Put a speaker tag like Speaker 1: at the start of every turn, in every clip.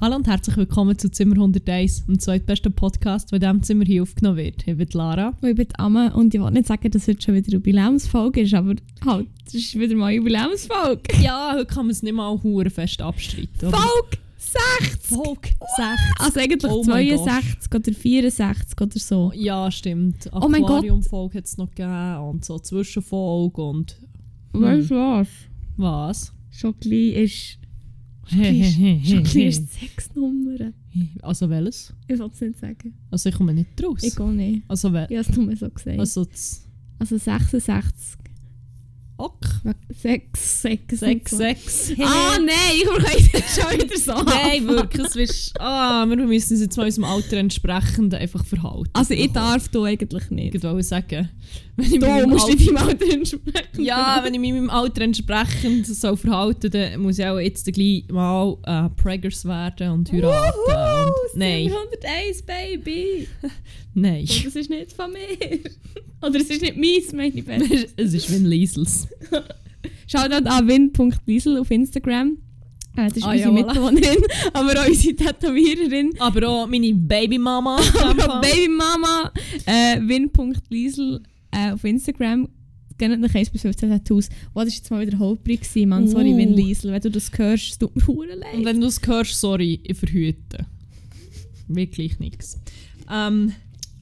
Speaker 1: Hallo und herzlich willkommen zu Zimmer 101, dem zweitbesten Podcast, der in diesem Zimmer hier aufgenommen wird. Ich bin Lara.
Speaker 2: Und ich bin die Amme und ich wollte nicht sagen, dass heute schon wieder Jubiläumsfolge ist, aber halt, es ist wieder mal Jubiläumsfolge.
Speaker 1: Ja, heute kann man es nicht mal hure fest abstreiten. aber-
Speaker 2: Folge 60!
Speaker 1: Folge 6.
Speaker 2: Also eigentlich
Speaker 1: Oh mein
Speaker 2: 62 oder 64 oder so.
Speaker 1: Ja, stimmt.
Speaker 2: Oh mein Gott.
Speaker 1: Aquarium-Folge hat es noch gegeben und so Zwischenfolge und Hm.
Speaker 2: Weißt du was?
Speaker 1: was?
Speaker 2: Schon klein ist...
Speaker 1: Hm,
Speaker 2: Schon klein ist sechs Nummern.
Speaker 1: also welches?
Speaker 2: Ich wollte es nicht sagen.
Speaker 1: Also ich komme nicht raus.
Speaker 2: Ich auch nicht.
Speaker 1: Also wel
Speaker 2: Ich habe es nur so gesagt. Also,
Speaker 1: Also das
Speaker 2: 66.
Speaker 1: Ok.
Speaker 2: 6, 6,
Speaker 1: 6, 6.
Speaker 2: Ah nein, ich verkaufe schon wieder so
Speaker 1: Nein,
Speaker 2: anfangen.
Speaker 1: wirklich, es ist... Ah, wir müssen uns jetzt mal unserem Alter entsprechend einfach verhalten.
Speaker 2: Also ich
Speaker 1: darf...
Speaker 2: darf du eigentlich nicht.
Speaker 1: Ich wollte sagen, wenn ich
Speaker 2: Du
Speaker 1: meinem
Speaker 2: musst
Speaker 1: Alter-
Speaker 2: nicht im Alter entsprechen.
Speaker 1: Ja, wenn ich mich meinem Alter entsprechend so verhalten dann muss ich auch jetzt gleich mal äh, Preggers werden und heiraten. und, nein,
Speaker 2: 101 Baby!
Speaker 1: nein.
Speaker 2: Und das ist nicht von mir. Oder es ist nicht meins, meine ich besser.
Speaker 1: es ist wie ein Liesels.
Speaker 2: Shoutout an win.liesel auf Instagram. Äh, das ist
Speaker 1: Ah,
Speaker 2: unsere
Speaker 1: jawohl.
Speaker 2: Mitbewohnerin, aber auch unsere Tätowiererin.
Speaker 1: Aber auch meine Babymama.
Speaker 2: Aber auch Babymama, äh, win.liesel äh, auf Instagram. Gönnt euch 1 bis 15 Tattoos. Oh, das war jetzt mal wieder holprig, gewesen, Mann. Sorry,
Speaker 1: Uh.
Speaker 2: Win Liesel. Wenn du das hörst, es tut mir hure
Speaker 1: Und
Speaker 2: leid.
Speaker 1: wenn du es hörst, sorry, ich verhüte. Wirklich nichts. Ähm,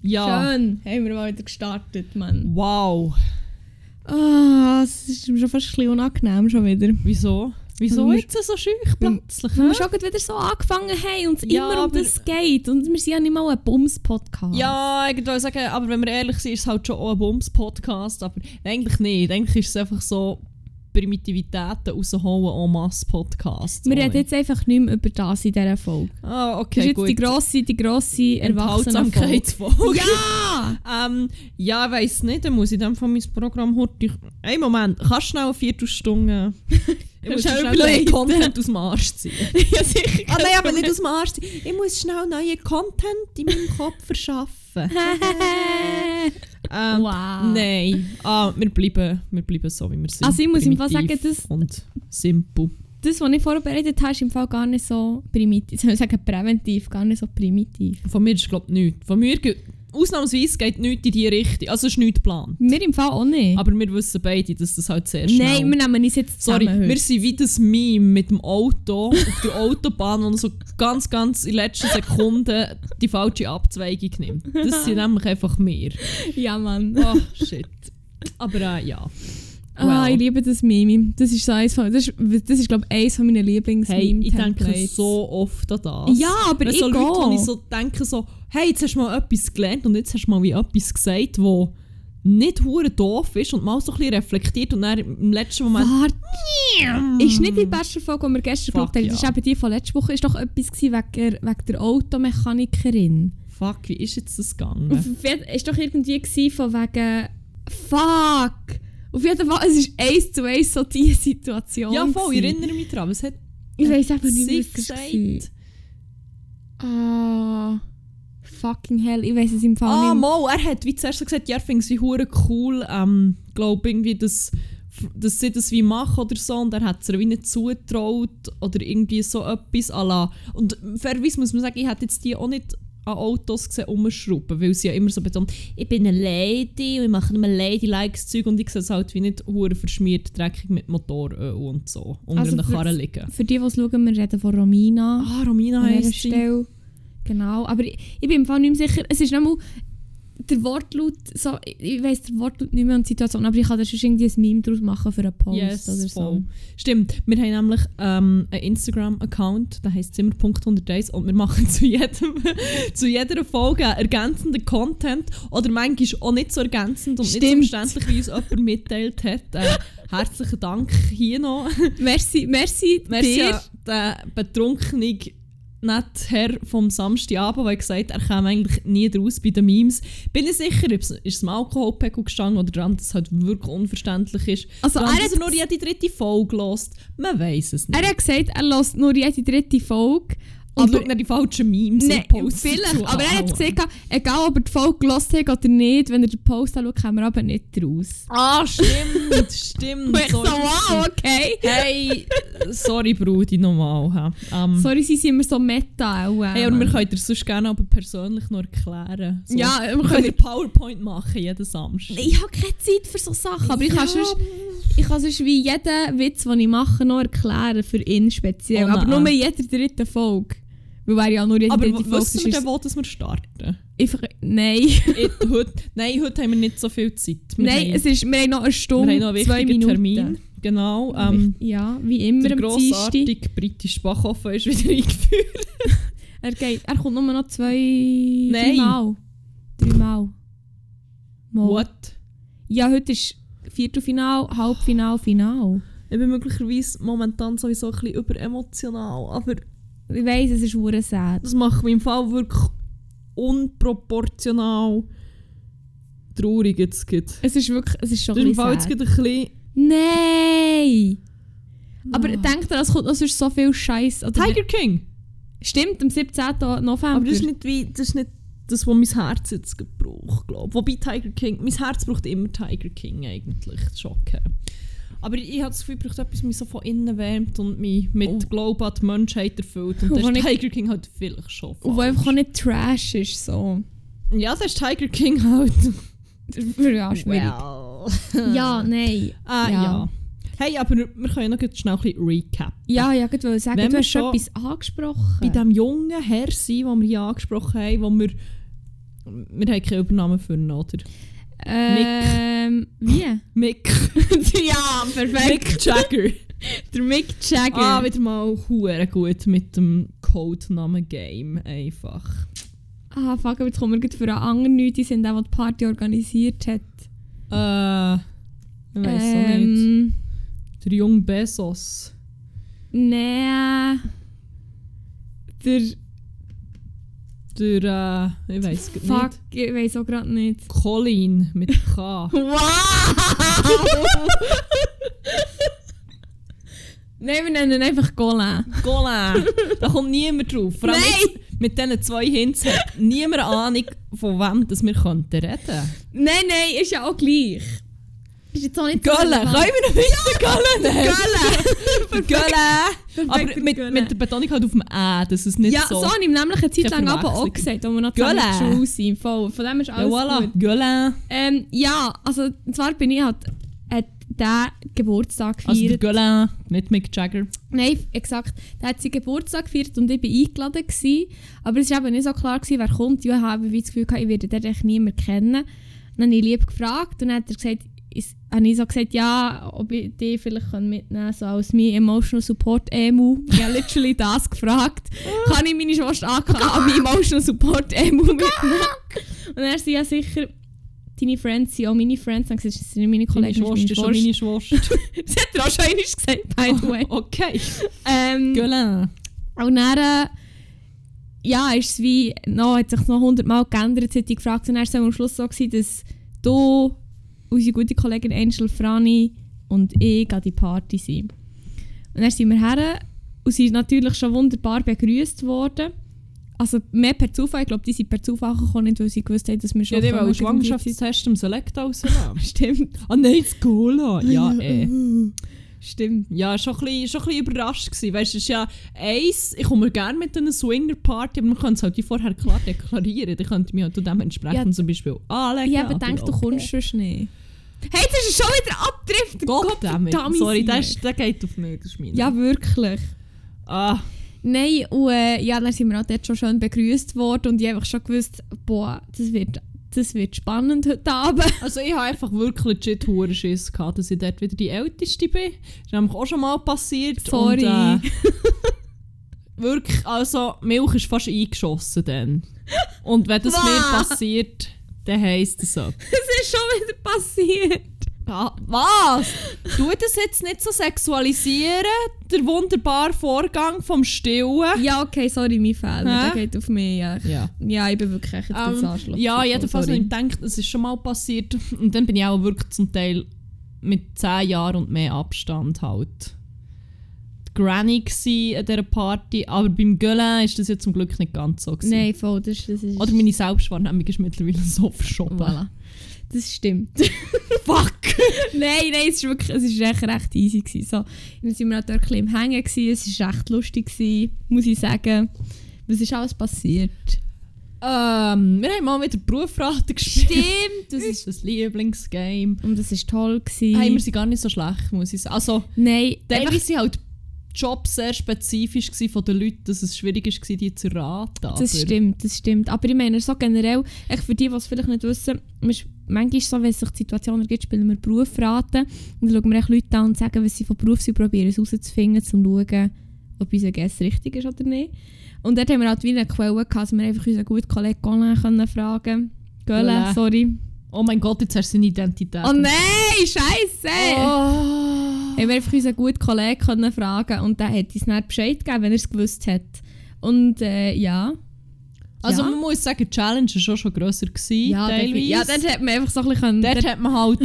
Speaker 1: ja.
Speaker 2: Schön, haben wir mal wieder gestartet, Mann.
Speaker 1: Wow.
Speaker 2: Ah, es ist mir schon fast ein bisschen unangenehm schon wieder.
Speaker 1: Wieso? Wieso
Speaker 2: Weil wir-
Speaker 1: jetzt so schüch plötzlich?
Speaker 2: Weil
Speaker 1: hä?
Speaker 2: wir schon gerade wieder so angefangen haben und es
Speaker 1: Hm? Ja,
Speaker 2: immer um
Speaker 1: aber-
Speaker 2: das geht. Und wir sind ja nicht mal ein Bums-Podcast.
Speaker 1: Ja, ich würde sagen, aber wenn wir ehrlich sind, ist es halt schon auch ein Bums-Podcast, aber eigentlich nicht. Eigentlich ist es einfach so Primitivitäten rausholen en Masse-Podcast.
Speaker 2: Wir reden jetzt einfach nicht mehr über das in dieser Folge.
Speaker 1: Ah,
Speaker 2: Das ist
Speaker 1: okay,
Speaker 2: jetzt
Speaker 1: gut.
Speaker 2: die grosse, die grosse Erwachsenenfolge.
Speaker 1: Enthaltsamkeitsfolge.
Speaker 2: Ja!
Speaker 1: Ähm, ja, ich weiss nicht, dann muss ich dann von meinem Programm heute... Hey, Moment, kannst du schnell eine Viertelstunde... Ich muss
Speaker 2: Kannst du
Speaker 1: schnell
Speaker 2: überleiten?
Speaker 1: neuen Content aus dem Arsch ziehen.
Speaker 2: ja, sicher.
Speaker 1: ah nein, aber nicht aus dem Arsch ziehen. Ich muss schnell neuen Content in meinem Kopf verschaffen. Ähm,
Speaker 2: wow.
Speaker 1: Nein, ah, wir, bleiben, wir bleiben so, wie wir sind.
Speaker 2: Also ich muss im Fall
Speaker 1: Primitiv
Speaker 2: sagen, das-
Speaker 1: Und simpel.
Speaker 2: Das, was ich vorbereitet habe, ist im Fall gar nicht so primitiv. Soll Ich sagen präventiv, gar nicht so primitiv.
Speaker 1: Von mir ist glaube ich nichts. Von mir, ge- ausnahmsweise geht nichts in die Richtung. Also es ist nichts geplant.
Speaker 2: Wir im Fall auch nicht.
Speaker 1: Aber wir wissen beide, dass das halt sehr schnell...
Speaker 2: Nein, wir nehmen uns jetzt
Speaker 1: Sorry,
Speaker 2: zusammen heute.
Speaker 1: wir sind wie das Meme mit dem Auto auf der Autobahn, das so ganz, ganz in letzter Sekunde die falsche Abzweigung nimmt. Das sind nämlich einfach wir.
Speaker 2: Ja, Mann.
Speaker 1: Oh, shit. Aber äh, ja.
Speaker 2: Ah,
Speaker 1: Well.
Speaker 2: ich liebe das Meme. Das ist so eins von, das ist, das ist glaube ich, eins von meinen
Speaker 1: Hey, ich
Speaker 2: Lieblings-Meme-Templates.
Speaker 1: denke so oft an das.
Speaker 2: Ja, aber
Speaker 1: Wenn
Speaker 2: ich
Speaker 1: so Leute,
Speaker 2: auch.
Speaker 1: die so denken, so, hey, jetzt hast du mal etwas gelernt und jetzt hast du mal wie etwas gesagt, wo nicht hure doof ist und mal so ein bisschen reflektiert und dann im letzten Moment...
Speaker 2: Warte, ist nicht die beste Folge, die wir gestern
Speaker 1: Fuck
Speaker 2: geschaut haben. Das
Speaker 1: ja.
Speaker 2: ist eben die von letzter Woche. Ist doch etwas gewesen wegen, der- wegen der Automechanikerin.
Speaker 1: Fuck, wie ist jetzt das
Speaker 2: Auf
Speaker 1: gegangen?
Speaker 2: jeden- Ist doch irgendwie gewesen von wegen... Fuck! Auf jeden Fall, es ist eins zu eins so diese Situation.
Speaker 1: Ja, voll, ich
Speaker 2: gewesen.
Speaker 1: erinnere mich daran. Was hat
Speaker 2: Ich weiss einfach nicht mehr,
Speaker 1: sie
Speaker 2: was es war.
Speaker 1: gesagt?
Speaker 2: Ah... Fucking hell, ich weiß es im Fall
Speaker 1: Ah,
Speaker 2: nicht mehr.
Speaker 1: mal, er hat wie zuerst so gesagt, ja, er findet sie hure cool, ähm, glaube irgendwie, dass, dass sie das wie machen oder so, und er hat es ihr wie nicht zugetraut oder irgendwie so etwas à la. Und fairerweise muss man sagen, ich hätte jetzt die auch nicht an Autos gesehen umschrauben, weil sie ja immer so betont, ich bin eine Lady und ich mache nur Lady-likes Zeug und ich sehe es halt wie nicht hure verschmiert, dreckig mit Motoröl und so, unter
Speaker 2: Also
Speaker 1: einer
Speaker 2: für-
Speaker 1: Karre liegen.
Speaker 2: Für die, die es schauen, wir reden von Romina.
Speaker 1: Ah, Romina
Speaker 2: an dieser
Speaker 1: heisst sie.
Speaker 2: Stelle. Genau, aber ich, ich bin im Fall nicht mehr sicher. Es ist nochmal der Wortlaut, so, ich- ich weiss den Wortlaut nicht mehr und die Situation, aber ich kann da sonst irgendwie ein Meme draus machen für einen Post
Speaker 1: Yes,
Speaker 2: oder
Speaker 1: voll.
Speaker 2: so.
Speaker 1: Stimmt, wir haben nämlich ähm, einen Instagram-Account, der heisst Zimmer.101 und wir machen zu, jedem, zu jeder Folge ergänzenden Content oder manchmal auch nicht so ergänzend und
Speaker 2: Stimmt.
Speaker 1: nicht so verständlich, wie uns jemand mitteilt hat. Äh, herzlichen Dank hier noch.
Speaker 2: Merci, merci,
Speaker 1: Merci
Speaker 2: dir.
Speaker 1: an den betrunkenen netten Herr vom Samstagabend, der gesagt hat, er kam eigentlich nie raus bei den Memes. Bin ich sicher, ob es- ist es im Alkoholpegel gestanden oder daran, dass es halt wirklich unverständlich ist.
Speaker 2: Also
Speaker 1: Daran,
Speaker 2: er
Speaker 1: dass
Speaker 2: hat-
Speaker 1: er nur jede dritte Folge lässt. Man weiß es nicht.
Speaker 2: Er hat gesagt, er lässt nur jede dritte Folge.
Speaker 1: aber Ne, schaut nicht die falschen Memes
Speaker 2: Nein,
Speaker 1: und Posts
Speaker 2: vielleicht,
Speaker 1: dazu
Speaker 2: aber er
Speaker 1: an.
Speaker 2: hat gesagt, egal ob er die Folge gelassen hat oder nicht, wenn er den Post anschaut, kommen wir aber nicht raus.
Speaker 1: Ah, stimmt, stimmt.
Speaker 2: Und ich so,
Speaker 1: so ist es.
Speaker 2: wow, okay.
Speaker 1: Hey, Sorry, Brudi, nochmal. hä. Ähm,
Speaker 2: Sorry, sie sind immer so meta. Auch, äh.
Speaker 1: hey, aber wir können dir sonst gerne aber persönlich noch erklären. So.
Speaker 2: Ja, wir
Speaker 1: wir können dir
Speaker 2: können...
Speaker 1: PowerPoint machen jeden Samstag.
Speaker 2: Ich habe keine Zeit für so Sachen, aber ich
Speaker 1: Ja,
Speaker 2: kann sonst, ich kann sonst wie jeden Witz, den ich mache, noch erklären für ihn speziell.
Speaker 1: Oh nein.
Speaker 2: aber nur in jeder dritten Folge. Weil wäre ja nur jede
Speaker 1: Aber
Speaker 2: dritte
Speaker 1: w-
Speaker 2: Folge.
Speaker 1: wissen wir
Speaker 2: sonst
Speaker 1: denn, wo dass wir starten?
Speaker 2: ist es einfach, nein.
Speaker 1: Ich- Äh, heute, nein, heute haben wir nicht so viel Zeit. Wir
Speaker 2: nein,
Speaker 1: haben,
Speaker 2: es ist, wir haben noch eine
Speaker 1: wir
Speaker 2: Stunde,
Speaker 1: haben noch einen
Speaker 2: zwei
Speaker 1: wichtigen
Speaker 2: Minuten.
Speaker 1: Termin. Genau. Ähm,
Speaker 2: ja, wie immer
Speaker 1: der
Speaker 2: am Dienstag.
Speaker 1: grossartige britische Backofen ist wieder eingeführt.
Speaker 2: Er, geht, er kommt nur noch zwei,
Speaker 1: Nein.
Speaker 2: dreimal. Dreimal. Mal.
Speaker 1: What?
Speaker 2: Ja, heute ist Viertelfinal, Halbfinal, Final.
Speaker 1: Ich bin möglicherweise momentan sowieso ein bisschen überemotional, aber
Speaker 2: Ich weiss, es ist hure sad.
Speaker 1: das macht mich im Fall wirklich unproportional traurig jetzt gerade.
Speaker 2: Es ist wirklich, es ist schon ein
Speaker 1: Im
Speaker 2: bisschen
Speaker 1: Fall jetzt
Speaker 2: sad.
Speaker 1: gerade ein bisschen...
Speaker 2: Nein! Aber
Speaker 1: Ah.
Speaker 2: denkt ihr, es kommt noch sonst so viel Scheiß.
Speaker 1: Tiger King!
Speaker 2: Stimmt, am 17. November.
Speaker 1: Aber das ist nicht wie... Das ist nicht das, was mein Herz jetzt gerade braucht, glaube ich. Wobei Tiger King... Mein Herz braucht immer Tiger King eigentlich. Das ist okay. Aber ich, ich habe das Gefühl, ich brauche etwas, das mich so von innen wärmt und mich mit
Speaker 2: Oh.
Speaker 1: Glaube an die Menschheit erfüllt. Und
Speaker 2: Und
Speaker 1: das
Speaker 2: wo
Speaker 1: ist
Speaker 2: ich-
Speaker 1: Tiger King halt vielleicht schon
Speaker 2: Und wo einfach auch
Speaker 1: falsch.
Speaker 2: nicht Trash ist, so.
Speaker 1: Ja, das ist Tiger King halt.
Speaker 2: Ja, schwierig.
Speaker 1: Well.
Speaker 2: Ja, nein.
Speaker 1: Ah, ja.
Speaker 2: Ja.
Speaker 1: Hey, aber wir können ja noch jetzt schnell ein bisschen recap.
Speaker 2: Ja, ja, ich wollte sagen,
Speaker 1: Wenn
Speaker 2: du
Speaker 1: wir
Speaker 2: hast schon
Speaker 1: schon-
Speaker 2: etwas angesprochen.
Speaker 1: Bei dem jungen Herr sein, den wir hier angesprochen haben, wo wir... Wir haben keine Übernahme für ihn, oder?
Speaker 2: ähm, wie?
Speaker 1: Mick.
Speaker 2: ja,
Speaker 1: Mick Jagger.
Speaker 2: Der Mick Jagger.
Speaker 1: ah, wieder mal hure gut mit dem Codenamen Game einfach.
Speaker 2: Ah, fuck, aber jetzt kommen wir gleich für einen anderen Leute, die sind auch, der die Party organisiert hat.
Speaker 1: Äh... Ich weiss auch nicht.
Speaker 2: Ähm,
Speaker 1: Der junge Bezos.
Speaker 2: Nee. Der.
Speaker 1: Der, äh... Ich weiss grad
Speaker 2: Fuck,
Speaker 1: nicht.
Speaker 2: ich weiß auch gerade nicht.
Speaker 1: Colin mit K.
Speaker 2: Wow! Nein, wir nennen ihn einfach Colin.
Speaker 1: Colin. Da kommt niemand drauf. Vor allem
Speaker 2: Nein!
Speaker 1: jetzt mit diesen zwei Hints hat niemand Ahnung, von wem das wir könnten reden könnten.
Speaker 2: Nein, nein, ist ja auch gleich. Ist jetzt auch nicht
Speaker 1: Göllen! Können wir noch weiter Göllen nehmen?
Speaker 2: Göllen!
Speaker 1: Göllen!
Speaker 2: Perfekter
Speaker 1: Aber mit,
Speaker 2: Göllen.
Speaker 1: mit der Betonung halt auf dem Ä, das ist nicht
Speaker 2: ja, so
Speaker 1: so...
Speaker 2: habe ich ihm nämlich eine Zeit
Speaker 1: Keine
Speaker 2: lang aber auch
Speaker 1: Verwechslung.
Speaker 2: gesagt, als wir noch
Speaker 1: Gölä.
Speaker 2: zusammen in der Schule sind. Voll. Von dem ist
Speaker 1: ja,
Speaker 2: alles
Speaker 1: voilà.
Speaker 2: gut.
Speaker 1: Göllen.
Speaker 2: Ähm, ja, also zwar bin ich halt hat der Geburtstag
Speaker 1: Also der
Speaker 2: gefeiert.
Speaker 1: Göllen, nicht Mick Jagger.
Speaker 2: Nein, exakt. Der hat seinen Geburtstag gefeiert und ich war eingeladen. Gewesen. Aber es war eben nicht so klar, gewesen, wer kommt. Ja, Ich habe wie das Gefühl, gehabt, ich werde den echt niemand kennen. Dann habe ich lieb gefragt und dann hat er gesagt, ist, habe ich so gesagt, ja, ob ich die vielleicht kann mitnehmen kann, so als mein Emotional Support Emu. Ich habe literally das gefragt. kann ich meine Schwester angehauen, an mein Emotional Support Emu mitnehmen? und er sagte, ja sicher, deine Friends sind auch meine Friends. Dann habe ich gesagt, das sind nicht meine
Speaker 1: Meine
Speaker 2: Kollegen, das
Speaker 1: Schwester
Speaker 2: ist
Speaker 1: ist schon
Speaker 2: meine Schwester.
Speaker 1: meine Oh. Schwester.
Speaker 2: Das hat er auch schon einmal gesagt, by the way.
Speaker 1: okay.
Speaker 2: Ähm,
Speaker 1: Göllen.
Speaker 2: und dann, äh, ja, ist es wie, no, hat sich noch hundertmal geändert, hätte ich gefragt. Und dann war es am Schluss so, gewesen, dass du, unsere gute Kollegin Angel Frani und ich an die Party sind. Und dann sind wir her und sie ist natürlich schon wunderbar begrüßt worden. Also mehr per Zufall, ich glaube, die sind per Zufall gekommen, nicht weil sie gewusst haben, dass wir
Speaker 1: Ja,
Speaker 2: schon
Speaker 1: die
Speaker 2: vorher
Speaker 1: wollen
Speaker 2: irgendwie sind.
Speaker 1: Schwangerschaftstest im Select rausnehmen.
Speaker 2: Stimmt,
Speaker 1: Ah nein, das Göllen. Ja, eh.
Speaker 2: stimmt.
Speaker 1: Ja, schon ein bisschen, schon ein bisschen überrascht gewesen. Weißt du, es ist ja eins, ich komme gerne mit einer Swinger-Party, aber man könnte es halt wie vorher klar deklarieren. Ich könnte mich halt auch dementsprechend
Speaker 2: Ja.
Speaker 1: zum Beispiel anlegen.
Speaker 2: Ich habe gedacht, du kommst schon nicht. Hey, jetzt ist er schon wieder abdrift.
Speaker 1: Gottverdammt,
Speaker 2: Gottverdammt,
Speaker 1: sorry,
Speaker 2: Simon.
Speaker 1: der, ist, der geht auf mich, das ist mein.
Speaker 2: Ja, wirklich.
Speaker 1: Ah,
Speaker 2: Nein, und äh, ja, dann sind wir auch dort schon schön begrüßt worden und ich habe einfach schon gewusst, boah, das wird, das wird spannend heute Abend.
Speaker 1: also ich habe einfach wirklich legit hohen Schiss gehabt, dass ich dort wieder die Älteste bin. Das ist nämlich auch schon mal passiert.
Speaker 2: Sorry.
Speaker 1: Und, äh, wirklich, also Milch ist fast eingeschossen dann. Und wenn das mir
Speaker 2: Was?
Speaker 1: passiert, dann heisst das so.
Speaker 2: Es ist schon wieder passiert.
Speaker 1: Ah, Was? Du das jetzt nicht so sexualisieren? Der wunderbare Vorgang vom Stillen?
Speaker 2: Ja, okay, sorry, mein Fehler. Der
Speaker 1: Hä?
Speaker 2: geht auf mich. Ja,
Speaker 1: Ja.
Speaker 2: ja ich bin wirklich echt das Arschloch.
Speaker 1: Ähm, ja,
Speaker 2: Sorry.
Speaker 1: jedenfalls habe ich gedacht, es ist schon mal passiert. Und dann bin ich auch wirklich zum Teil mit 10 Jahren und mehr Abstand halt. Die Granny gsi an dieser Party, aber beim Gölä ist das ja zum Glück nicht ganz so. Gewesen.
Speaker 2: Nein, voll, das, das ist...
Speaker 1: Oder meine Selbstwahrnehmung ist mittlerweile so verschoben.
Speaker 2: Voilà. Das stimmt.
Speaker 1: Fuck!
Speaker 2: nein, nein, es war wirklich es ist echt recht easy. Gewesen. So, dann sind wir halt dort ein bisschen im Hängen, gewesen. es war recht lustig, gewesen, muss ich sagen. Was ist alles passiert?
Speaker 1: Ähm, wir haben mal wieder Berufsraten gespielt.
Speaker 2: Stimmt,
Speaker 1: Das ist das Lieblingsgame.
Speaker 2: und das war toll. Gewesen.
Speaker 1: Hey, wir sind gar nicht so schlecht, muss ich sagen. Also,
Speaker 2: nein, einfach,
Speaker 1: teilweise waren halt Jobs sehr spezifisch gewesen von den Leuten, dass es schwierig war, die zu raten. aber-
Speaker 2: das stimmt, das stimmt. Aber ich meine, so generell, echt für die, die es vielleicht nicht wissen, wir sp- manchmal so, wenn es sich die Situation ergibt, spielen wir Berufsraten und dann schauen wir echt Leute an und sagen, was sie von Beruf sind, probieren es herauszufinden, um zu schauen, ob unser Guess richtig ist oder nicht. Und dort haben wir halt wieder eine Quelle gehabt, dass wir einfach unseren guten Kollegen Colin können fragen Colin,
Speaker 1: Colin.
Speaker 2: sorry.
Speaker 1: Oh mein Gott, jetzt hast du seine Identität.
Speaker 2: Oh nein, scheiße!
Speaker 1: Oh.
Speaker 2: Haben wir einfach unseren guten Kollegen können fragen und der hätte uns nicht Bescheid gegeben, wenn er es gewusst hätte. Und äh, ja.
Speaker 1: Also
Speaker 2: Ja.
Speaker 1: man muss sagen, die Challenge war schon, schon grösser gewesen,
Speaker 2: Ja,
Speaker 1: teilweise.
Speaker 2: definitiv. ja, dort hat man einfach so ein bisschen...
Speaker 1: Dort hat man halt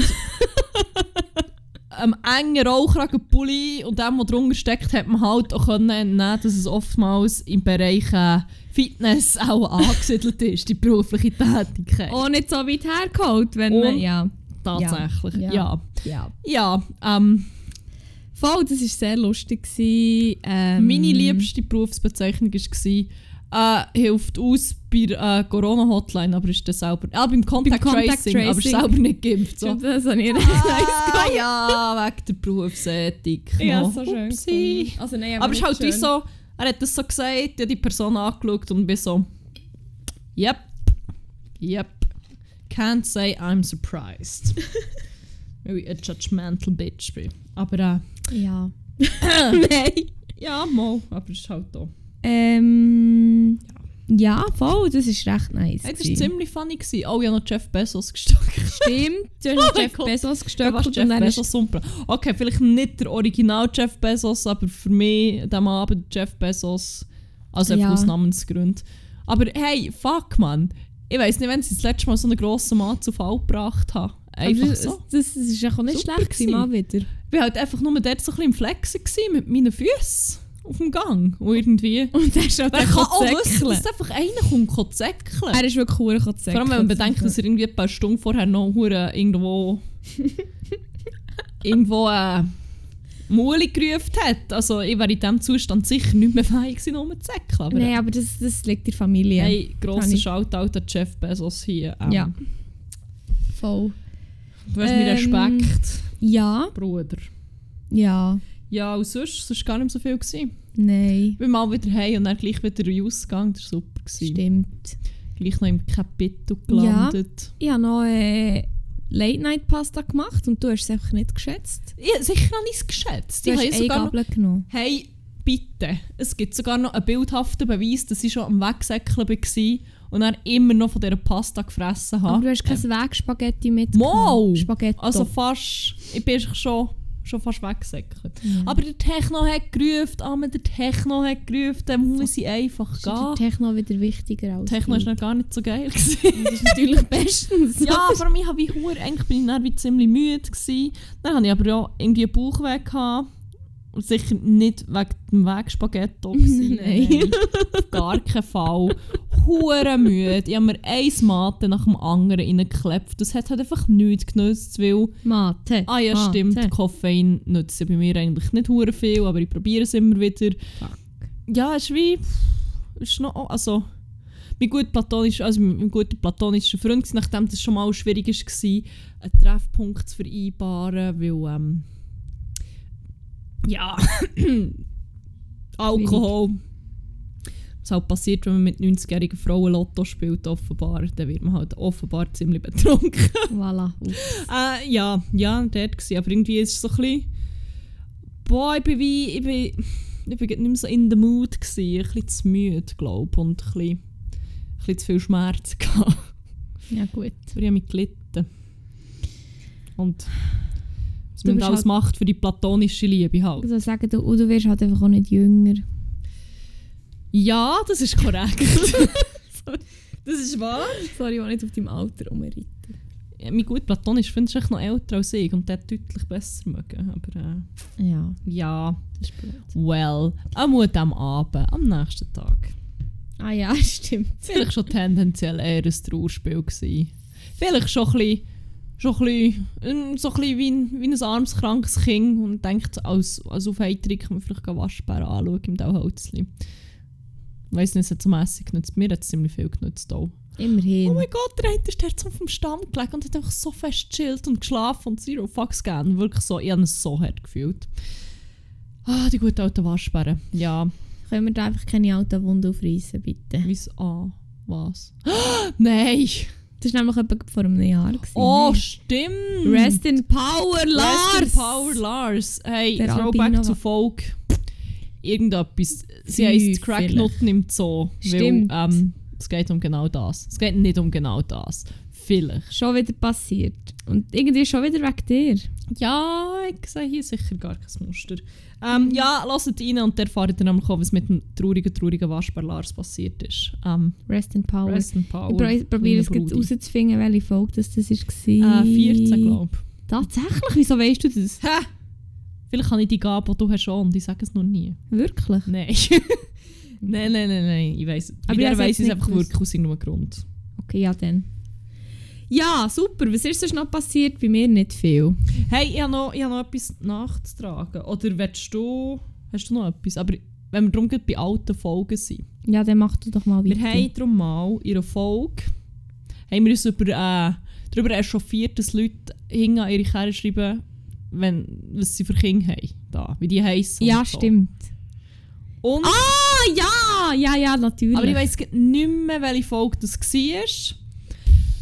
Speaker 1: einem engen Rollkragenpulli und dem, was drunter steckt, hat man halt auch können entnehmen, dass es oftmals im Bereich äh, Fitness auch angesiedelt ist, die berufliche Tätigkeit.
Speaker 2: auch nicht so weit hergeholt, wenn
Speaker 1: Und-
Speaker 2: man... Oh, Ja,
Speaker 1: Tatsächlich,
Speaker 2: Ja.
Speaker 1: ja. Ja, ähm,
Speaker 2: Voll, das war sehr lustig. gewesen. Ähm,
Speaker 1: meine liebste Berufsbezeichnung war, äh, hilft aus bei der äh, Corona-Hotline, aber ist das selber... Ah, beim Contact,
Speaker 2: Contact
Speaker 1: Tracing, aber ist
Speaker 2: Tracing.
Speaker 1: selber nicht geimpft. So.
Speaker 2: Stimmt, Das habe ich nicht
Speaker 1: ah, ja, wegen der Berufsethik.
Speaker 2: Ja,
Speaker 1: noch.
Speaker 2: so schön.
Speaker 1: Upsi.
Speaker 2: gefunden. Also nein, aber
Speaker 1: Aber es ist
Speaker 2: nicht
Speaker 1: halt wie
Speaker 2: schön.
Speaker 1: so, er hat das so gesagt, ich hab die Person angeschaut und bin so, yep, yep, can't say I'm surprised. Weil ich a judgmental bitch bin. Aber äh,
Speaker 2: Ja. nein.
Speaker 1: ja, mal, aber es ist halt da.
Speaker 2: Ähm, ja, voll, das ist recht nice.
Speaker 1: Hey, das war
Speaker 2: gewesen.
Speaker 1: ziemlich funny. Gewesen. Oh, ich habe noch Jeff Bezos gestockt.
Speaker 2: Stimmt, du hast
Speaker 1: Oh mein
Speaker 2: Jeff
Speaker 1: Gott.
Speaker 2: Bezos
Speaker 1: Ja, was Jeff
Speaker 2: gestöckelt und dann hast
Speaker 1: Bezos Sumpra. Okay, vielleicht nicht der Original Jeff Bezos, aber für mich an diesem Abend Jeff Bezos. Also
Speaker 2: Ja.
Speaker 1: auf Ausnahmensgründen. Aber hey, fuck man. Ich weiß nicht, wenn sie das letzte Mal so einen grossen Mann zu Fall gebracht haben. Einfach
Speaker 2: Aber das,
Speaker 1: so.
Speaker 2: Das, das ist ja auch nicht
Speaker 1: Super
Speaker 2: schlecht gewesen,
Speaker 1: gewesen.
Speaker 2: mal wieder.
Speaker 1: Ich war halt einfach nur dort so ein bisschen im Flexen gewesen mit meinen Füßen auf dem Gang. Und irgendwie.
Speaker 2: Und der ist halt auch
Speaker 1: Wer
Speaker 2: der
Speaker 1: kann auch wissen,
Speaker 2: Kotzäckle.
Speaker 1: dass einfach einer kommt, kann zäckeln.
Speaker 2: Er ist wirklich cool Kotzäckle.
Speaker 1: Vor allem, wenn man bedenkt, dass er irgendwie ein paar Stunden vorher noch hure irgendwo. irgendwo. Äh, Muli gerufen hat. Also, ich wäre in diesem Zustand sicher nicht mehr fähig gewesen, um zu säckeln. Aber
Speaker 2: Nein, aber das, das liegt der Familie.
Speaker 1: hey, grosser
Speaker 2: Kann ich-
Speaker 1: Shoutout an Jeff Bezos hier. Ähm,
Speaker 2: Ja. Voll.
Speaker 1: Du hast mir
Speaker 2: Ähm.
Speaker 1: Respekt,
Speaker 2: Ja,
Speaker 1: Bruder.
Speaker 2: ja,
Speaker 1: Ja, und sonst, sonst gar nicht so viel. Gewesen.
Speaker 2: nein.
Speaker 1: Ich bin mal wieder heim und dann gleich wieder rausgegangen. Das war super. Gewesen.
Speaker 2: Stimmt.
Speaker 1: Gleich noch im Kapitel
Speaker 2: Ja.
Speaker 1: gelandet.
Speaker 2: Ich habe noch äh, Late-Night-Pasta gemacht und du hast es einfach nicht geschätzt.
Speaker 1: Ich, sicher noch nicht geschätzt.
Speaker 2: Du
Speaker 1: Ich
Speaker 2: hast
Speaker 1: habe ja
Speaker 2: eine
Speaker 1: sogar noch
Speaker 2: Gabel genommen.
Speaker 1: Hey, bitte. Es gibt sogar noch einen bildhaften Beweis, dass ich schon am Wegsäckeln war und dann immer noch von dieser Pasta gefressen
Speaker 2: Aber du
Speaker 1: habe.
Speaker 2: hast kein Wegspaghetti mit.
Speaker 1: Ah, Mal!
Speaker 2: Spaghetti.
Speaker 1: Also fast, ich bin schon, schon fast weggesäckelt.
Speaker 2: Ja.
Speaker 1: Aber der Techno hat gerufen, ah, wenn der Techno hat gerufen, dann muss ich einfach
Speaker 2: ist der
Speaker 1: gehen.
Speaker 2: Techno wieder wichtiger als
Speaker 1: Techno war
Speaker 2: ich.
Speaker 1: noch gar nicht so geil. gewesen.
Speaker 2: Das ist natürlich bestens.
Speaker 1: ja, vor allem ich habe wie hure, eigentlich bin ich dann wie ziemlich müde gewesen. Dann hatte ich aber auch irgendwie einen Bauchweh. gehabt. Und sicher nicht wegen dem Wegspaghetto. gewesen,
Speaker 2: Nein.
Speaker 1: auf gar keinen Fall. Hure müde. Ich habe mir ein Mate nach dem anderen reingeklebt. Das hat halt einfach nichts genützt, weil...
Speaker 2: Mate.
Speaker 1: Ah ja, stimmt,
Speaker 2: Mate.
Speaker 1: Koffein nützt ja bei mir eigentlich nicht hure viel, aber ich probiere es immer wieder.
Speaker 2: Fuck.
Speaker 1: Ja, es ist wie... pff, Es ist noch... Also... Mein guter platonischer, also mein guter platonischer Freund, gewesen, nachdem das schon mal schwierig war, einen Treffpunkt zu vereinbaren, weil... Ähm, ja... Alkohol... Was halt passiert, wenn man mit 90-jährigen Frauen Lotto spielt, offenbar, dann wird man halt offenbar ziemlich betrunken.
Speaker 2: Voilà. Ups.
Speaker 1: Äh, ja, ja, dort gsi Aber irgendwie ist es so ein bisschen... Boah, ich bin wie... Ich bin, ich bin grad nicht mehr so in the mood gsi Ein bisschen zu müde, glaube ich. Und ein bisschen, ein bisschen zu viel Schmerz gehabt.
Speaker 2: Ja, gut.
Speaker 1: Aber ich habe mich gelitten. Und... Was
Speaker 2: Du
Speaker 1: man
Speaker 2: bist
Speaker 1: alles
Speaker 2: halt-
Speaker 1: macht für die platonische Liebe
Speaker 2: Ich
Speaker 1: halt.
Speaker 2: soll sagen, du, du wirst halt einfach auch nicht jünger.
Speaker 1: Ja, das ist korrekt. das ist wahr.
Speaker 2: Sorry, ich will nicht auf deinem Alter rumreiten.
Speaker 1: Ja, mein gut platonischer Freund ist echt noch älter als ich und der hat deutlich besser mögen. Aber äh,
Speaker 2: Ja,
Speaker 1: ja...
Speaker 2: das ist blöd.
Speaker 1: Well, am Mut am Abend, am nächsten Tag.
Speaker 2: Ah ja, stimmt.
Speaker 1: Vielleicht schon tendenziell eher ein Trauerspiel gewesen. Vielleicht schon ein bisschen schon ein bisschen, ähm, so ein bisschen wie, ein, wie ein armes, krankes Kind und denkt, als, als Aufheiterung kann man vielleicht einen Waschbär anschauen im Dauholzli. Ich weiss nicht, es hat so mässig genutzt. Mir hat es ziemlich viel genutzt auch.
Speaker 2: Immerhin.
Speaker 1: Oh mein Gott, der hat der auf dem Stamm gelegt und hat einfach so fest gechillt und geschlafen und zero fucks gegeben. Wirklich so, ich habe es so hart gefühlt. Ah, die guten alten Waschbären. Ja,
Speaker 2: Können wir da einfach keine alten Wunden aufreißen, bitte?
Speaker 1: wie's an? ah, Was? Nein!
Speaker 2: Das war nämlich etwa vor einem Jahr. Gewesen.
Speaker 1: Oh, stimmt!
Speaker 2: Rest in Power, Lars!
Speaker 1: Rest in Power Lars! Hey,
Speaker 2: Der
Speaker 1: Throwback
Speaker 2: Albino-
Speaker 1: zu Folge. Irgendetwas. Sie
Speaker 2: Fünf
Speaker 1: heisst Cracknoten im Zoo.
Speaker 2: Stimmt.
Speaker 1: Weil, ähm, es geht um genau das. Es geht nicht um genau das. Vielleicht.
Speaker 2: Schon wieder passiert. Und irgendwie schon wieder wegen dir.
Speaker 1: Ja, ich sehe hier sicher gar kein Muster. Ähm, ja, lasst rein und erfahrt ihr nämlich auch, was mit dem traurigen, traurigen Waschbär Lars passiert ist. Ähm,
Speaker 2: Rest in Power.
Speaker 1: Rest in Power.
Speaker 2: ich pro- probiere es
Speaker 1: Kleiner
Speaker 2: jetzt
Speaker 1: Brudi.
Speaker 2: rauszufinden, welche Folge das, das war.
Speaker 1: Äh, 14, glaube ich.
Speaker 2: Tatsächlich? Wieso weißt du das?
Speaker 1: Hä? Vielleicht habe ich die Gabe, die du hast schon und ich sage es noch nie.
Speaker 2: Wirklich?
Speaker 1: Nein. nein, nein, nein, nein. Ich weiß. Aber
Speaker 2: Aber ich
Speaker 1: ich
Speaker 2: hab's
Speaker 1: weiß
Speaker 2: jetzt
Speaker 1: es
Speaker 2: nicht
Speaker 1: einfach
Speaker 2: gewusst.
Speaker 1: wirklich aus irgendeinem Grund.
Speaker 2: Okay, ja dann. Ja, Ah, super. Was ist sonst noch passiert? Bei mir nicht viel.
Speaker 1: Hey, ich habe noch, ich hab noch etwas nachzutragen. Oder willst du. Hast du noch etwas? Aber wenn wir darum gerade bei alten Folgen sind.
Speaker 2: Ja, dann mach du doch mal weiter.
Speaker 1: Wir haben darum mal in einer Folge haben wir uns über, äh, darüber echauffiert, dass Leute hinten an ihre Kerne schreiben, wenn, was sie für Kinder haben. Da, wie die heißen.
Speaker 2: ja, stimmt.
Speaker 1: Und,
Speaker 2: Ah, ja! Ja, ja, natürlich.
Speaker 1: aber ich weiss grad nicht mehr, welche Folge das war.
Speaker 2: ich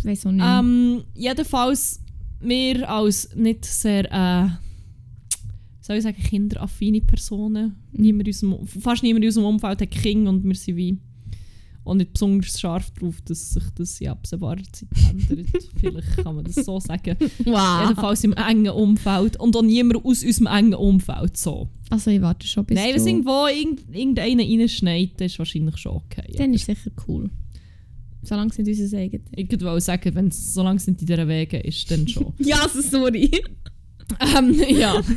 Speaker 2: weiss auch nicht.
Speaker 1: Ähm, jedenfalls, wir als nicht sehr, äh, wie soll ich sagen, kinderaffine Personen,
Speaker 2: Mhm.
Speaker 1: niemand in unserem, fast niemand in unserem Umfeld hat Kinder und wir sind wie auch nicht besonders scharf drauf, dass sich das in absehbarer Zeit ändert. Vielleicht kann man das so sagen.
Speaker 2: wow.
Speaker 1: Jedenfalls im engen Umfeld und auch niemand aus unserem engen Umfeld so.
Speaker 2: Also, ich warte schon bis
Speaker 1: Nein, wenn
Speaker 2: du...
Speaker 1: es irgendwo irgend, irgendeiner reinschneit, dann ist wahrscheinlich schon okay.
Speaker 2: Dann ist sicher cool. Solange es nicht unser eigenes
Speaker 1: ich würde sagen, wenn es solange es nicht in dieser Wege ist, dann schon.
Speaker 2: Ja, also, sorry.
Speaker 1: Ähm, ja.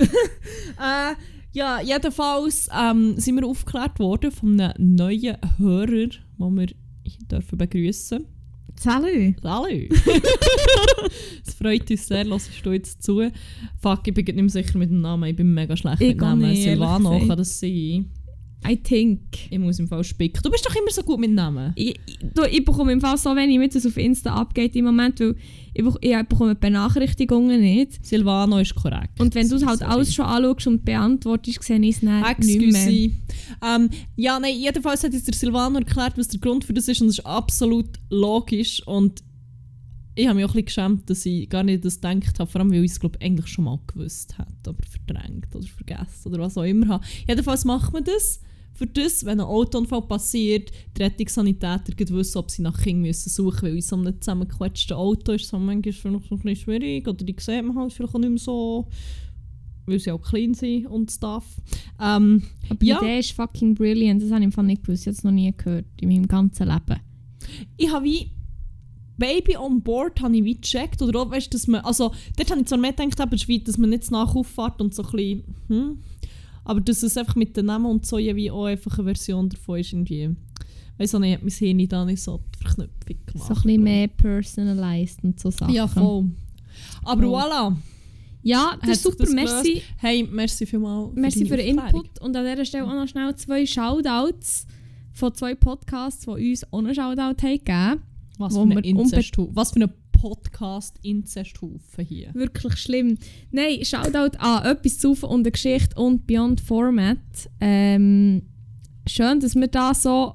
Speaker 1: äh, ja, jedenfalls ähm, sind wir aufgeklärt worden von einem neuen Hörer, den wir hier dürfen begrüßen.
Speaker 2: Salü.
Speaker 1: Hallo! es freut uns sehr, hörst du jetzt zu. Fuck, ich bin grad nicht mehr sicher mit dem Namen, ich bin mega schlecht
Speaker 2: Ich
Speaker 1: mit
Speaker 2: auch
Speaker 1: Namen.
Speaker 2: nicht, ehrlich
Speaker 1: Silvano,
Speaker 2: gesagt.
Speaker 1: kann das sein?
Speaker 2: I think.
Speaker 1: Ich muss im Fall spicken. Du bist doch immer so gut mit Namen.
Speaker 2: Ich, ich, du, ich bekomme im Fall so wenig mit, was auf Insta abgeht im Moment, weil ich, bek- ich bekomme die Benachrichtigungen nicht.
Speaker 1: Silvano ist korrekt.
Speaker 2: Und wenn du es halt
Speaker 1: Sorry.
Speaker 2: alles schon anschaust und beantwortest, sehe ich es dann nicht mehr.
Speaker 1: Excuse. Ähm, ja, nein, jedenfalls hat uns der Silvano erklärt, was der Grund für das ist und das ist absolut logisch und ich habe mich auch ein bisschen geschämt, dass ich gar nicht das gedacht habe, vor allem weil ich es glaube eigentlich schon mal gewusst hätte, aber verdrängt oder vergessen oder was auch immer habe. Jedenfalls macht man das, für das, wenn ein Autounfall passiert, die Rettungssanitäter gleich wissen, ob sie nach Kindern müssen suchen weil in so einem zusammengequetschten Auto ist es auch manchmal vielleicht noch ein bisschen schwierig oder die sieht man halt vielleicht auch nicht mehr so, weil sie auch klein sind und Stuff. Ähm,
Speaker 2: Aber
Speaker 1: Ja.
Speaker 2: die Idee ist fucking brilliant. Das habe ich im Fall nicht gewusst. Ich habe es noch nie gehört in meinem ganzen Leben.
Speaker 1: ich habe wie Baby on board habe ich wie gecheckt oder auch, weißt, dass man, also dort habe ich zwar mehr gedacht, aber es ist wie, dass man nicht zu nach auffährt und so ein bisschen, hm, aber dass es einfach mit den Namen und so ja wie auch einfach eine Version davon ist irgendwie, weiss auch nicht, hat mein Hirn da nicht so die Verknüpfung gemacht.
Speaker 2: So ein bisschen mehr personalized und so Sachen.
Speaker 1: Ja, voll. Aber
Speaker 2: Voll.
Speaker 1: voilà,
Speaker 2: Ja,
Speaker 1: hat
Speaker 2: das ist
Speaker 1: sich
Speaker 2: super.
Speaker 1: das
Speaker 2: merci.
Speaker 1: gelöst. Hey, merci vielmals
Speaker 2: Merci
Speaker 1: deine
Speaker 2: für den
Speaker 1: Aufklärung.
Speaker 2: Input und an dieser Stelle auch noch schnell zwei Shoutouts von zwei Podcasts, die uns auch noch Shoutout haben gegeben.
Speaker 1: Was
Speaker 2: wo
Speaker 1: für, ein
Speaker 2: wir unbe-
Speaker 1: Inzesthaufen- was für ein Podcast-Inzesthaufen hier.
Speaker 2: Wirklich schlimm. Nein, Shoutout an «Etwas zu saufen und eine Geschichte» und «Beyond Format». Ähm, schön, dass wir da so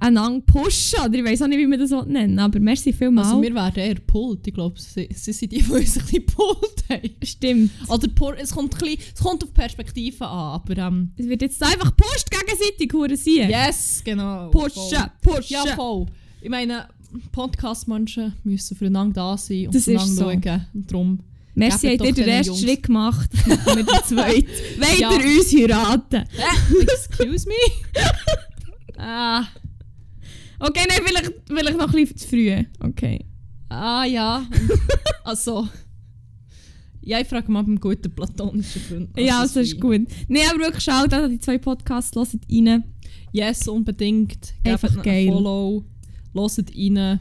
Speaker 2: einander pushen. Oder ich weiß auch nicht, wie man das nennen will, aber merci vielmals.
Speaker 1: Also wir werden eher Pult, ich glaube, sie, sie sind die, die uns ein bisschen Pult haben.
Speaker 2: Stimmt.
Speaker 1: Oder Also Por es, kommt ein bisschen, es kommt auf die Perspektive an, aber ähm,
Speaker 2: Es wird jetzt einfach pusht gegenseitig, Hurensier.
Speaker 1: yes, genau.
Speaker 2: Pushen,
Speaker 1: Voll.
Speaker 2: pushen.
Speaker 1: Ja, voll. Ich meine, Podcast-Menschen müssen füreinander da sein und
Speaker 2: Das ist
Speaker 1: füreinander
Speaker 2: so.
Speaker 1: schauen. Und darum,
Speaker 2: Merci,
Speaker 1: Gebt
Speaker 2: habt
Speaker 1: doch
Speaker 2: ihr den
Speaker 1: diesen
Speaker 2: ersten
Speaker 1: Jungs-
Speaker 2: Schritt gemacht. Jetzt machen wir den zweiten. Wollt
Speaker 1: Ja.
Speaker 2: ihr uns heiraten?
Speaker 1: äh, excuse me. ah,
Speaker 2: Okay, nein, vielleicht, vielleicht noch ein bisschen zu früh. Okay.
Speaker 1: ah ja, also... Ja, ich frage mal beim guten platonischen Freund. was
Speaker 2: ja,
Speaker 1: es
Speaker 2: also ist
Speaker 1: wie.
Speaker 2: gut. Nein, aber wirklich schaut an die zwei Podcasts, hört rein.
Speaker 1: Yes, unbedingt.
Speaker 2: Einfach
Speaker 1: Gebt
Speaker 2: geil.
Speaker 1: einen Follow. Hört rein.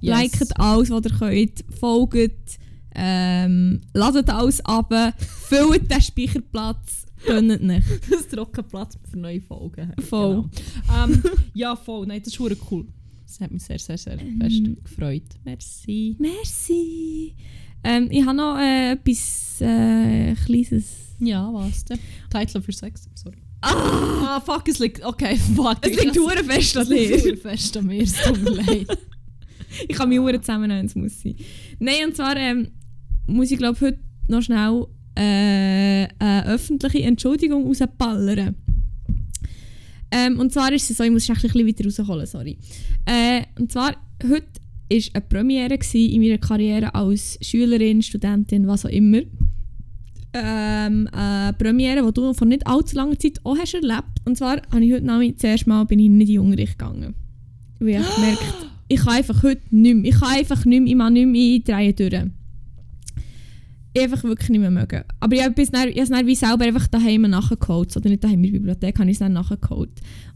Speaker 1: Yes.
Speaker 2: Liket alles, was ihr könnt. Folgt. ähm, ladet alles ab, füllt den Speicherplatz, gönnt nicht.
Speaker 1: Das ist trocken Platz für neue Folgen.
Speaker 2: Voll.
Speaker 1: Genau. Ähm, ja, voll. Nein, das ist hure cool. Mhm. Das hat mich sehr, sehr, sehr fest gefreut. Merci.
Speaker 2: Merci. Ähm, ich habe noch äh, etwas äh, Kleines.
Speaker 1: Ja, was denn? Title für Sex, sorry.
Speaker 2: Ah,
Speaker 1: Ah, fuck, es liegt. Okay, fuck.
Speaker 2: es liegt hure fest an
Speaker 1: Es liegt
Speaker 2: dir.
Speaker 1: hure fest an mir, es tut mir leid.
Speaker 2: Ich kann mich hure zusammennehmen, es muss sein. Nein, und zwar ähm, muss ich glaube heute noch schnell äh, eine öffentliche Entschuldigung rausballern. Ähm, und zwar ist es so, ich muss es echt ein bisschen weiter rausholen, sorry. Äh, und zwar, heute war eine Premiere gewesen in meiner Karriere als Schülerin, Studentin, was auch immer. Ähm, eine Premiere, die du vor nicht allzu langer Zeit auch hast erlebt. Und zwar habe ich heute Nachmittag zuerst mal bin ich in den Jungenricht gegangen. Weil ich gemerkt ich kann einfach heute nicht mehr. Ich kann einfach nicht mehr, ich kann nicht mehr drehen durch. Ich einfach wirklich nicht mehr mögen. Aber ich habe es dann, ich habe es dann wie selber einfach daheim nachgeholt. Oder nicht daheim in der Bibliothek, habe ich es dann nachgeholt.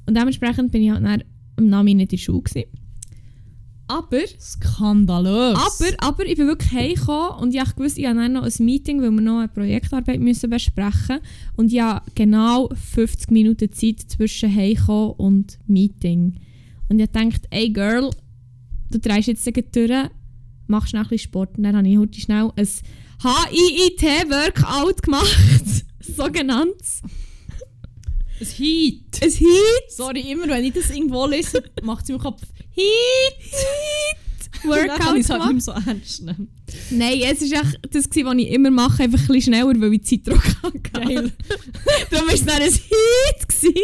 Speaker 2: Und dementsprechend bin ich halt dann am Namen nicht in der Schule gewesen. Aber,
Speaker 1: Skandalös.
Speaker 2: aber, aber ich bin wirklich heimgekommen und ich habe gewusst, ich habe dann noch ein Meeting, weil wir noch eine Projektarbeit müssen besprechen Und ich habe genau 50 Minuten Zeit zwischen heimkommen und Meeting. Und ich habe gedacht, ey Girl, du drehst jetzt gleich durch, machst schnell ein bisschen Sport. Und dann habe ich heute schnell ein HIIT-Workout gemacht. Sogenanntes.
Speaker 1: Ein Heat.
Speaker 2: Ein HIIT.
Speaker 1: Sorry, immer wenn ich das irgendwo lese, macht es im Kopf
Speaker 2: HIIT.
Speaker 1: Workout. Dann kann ich
Speaker 2: Workout
Speaker 1: es halt
Speaker 2: gemacht.
Speaker 1: nicht mehr so ernst nehmen.
Speaker 2: Nein, es war echt das, gewesen, was ich immer mache, einfach ein bisschen schneller, weil ich Zeitdruck hatte.
Speaker 1: Geil.
Speaker 2: Darum war es dann ein Hit. gewesen.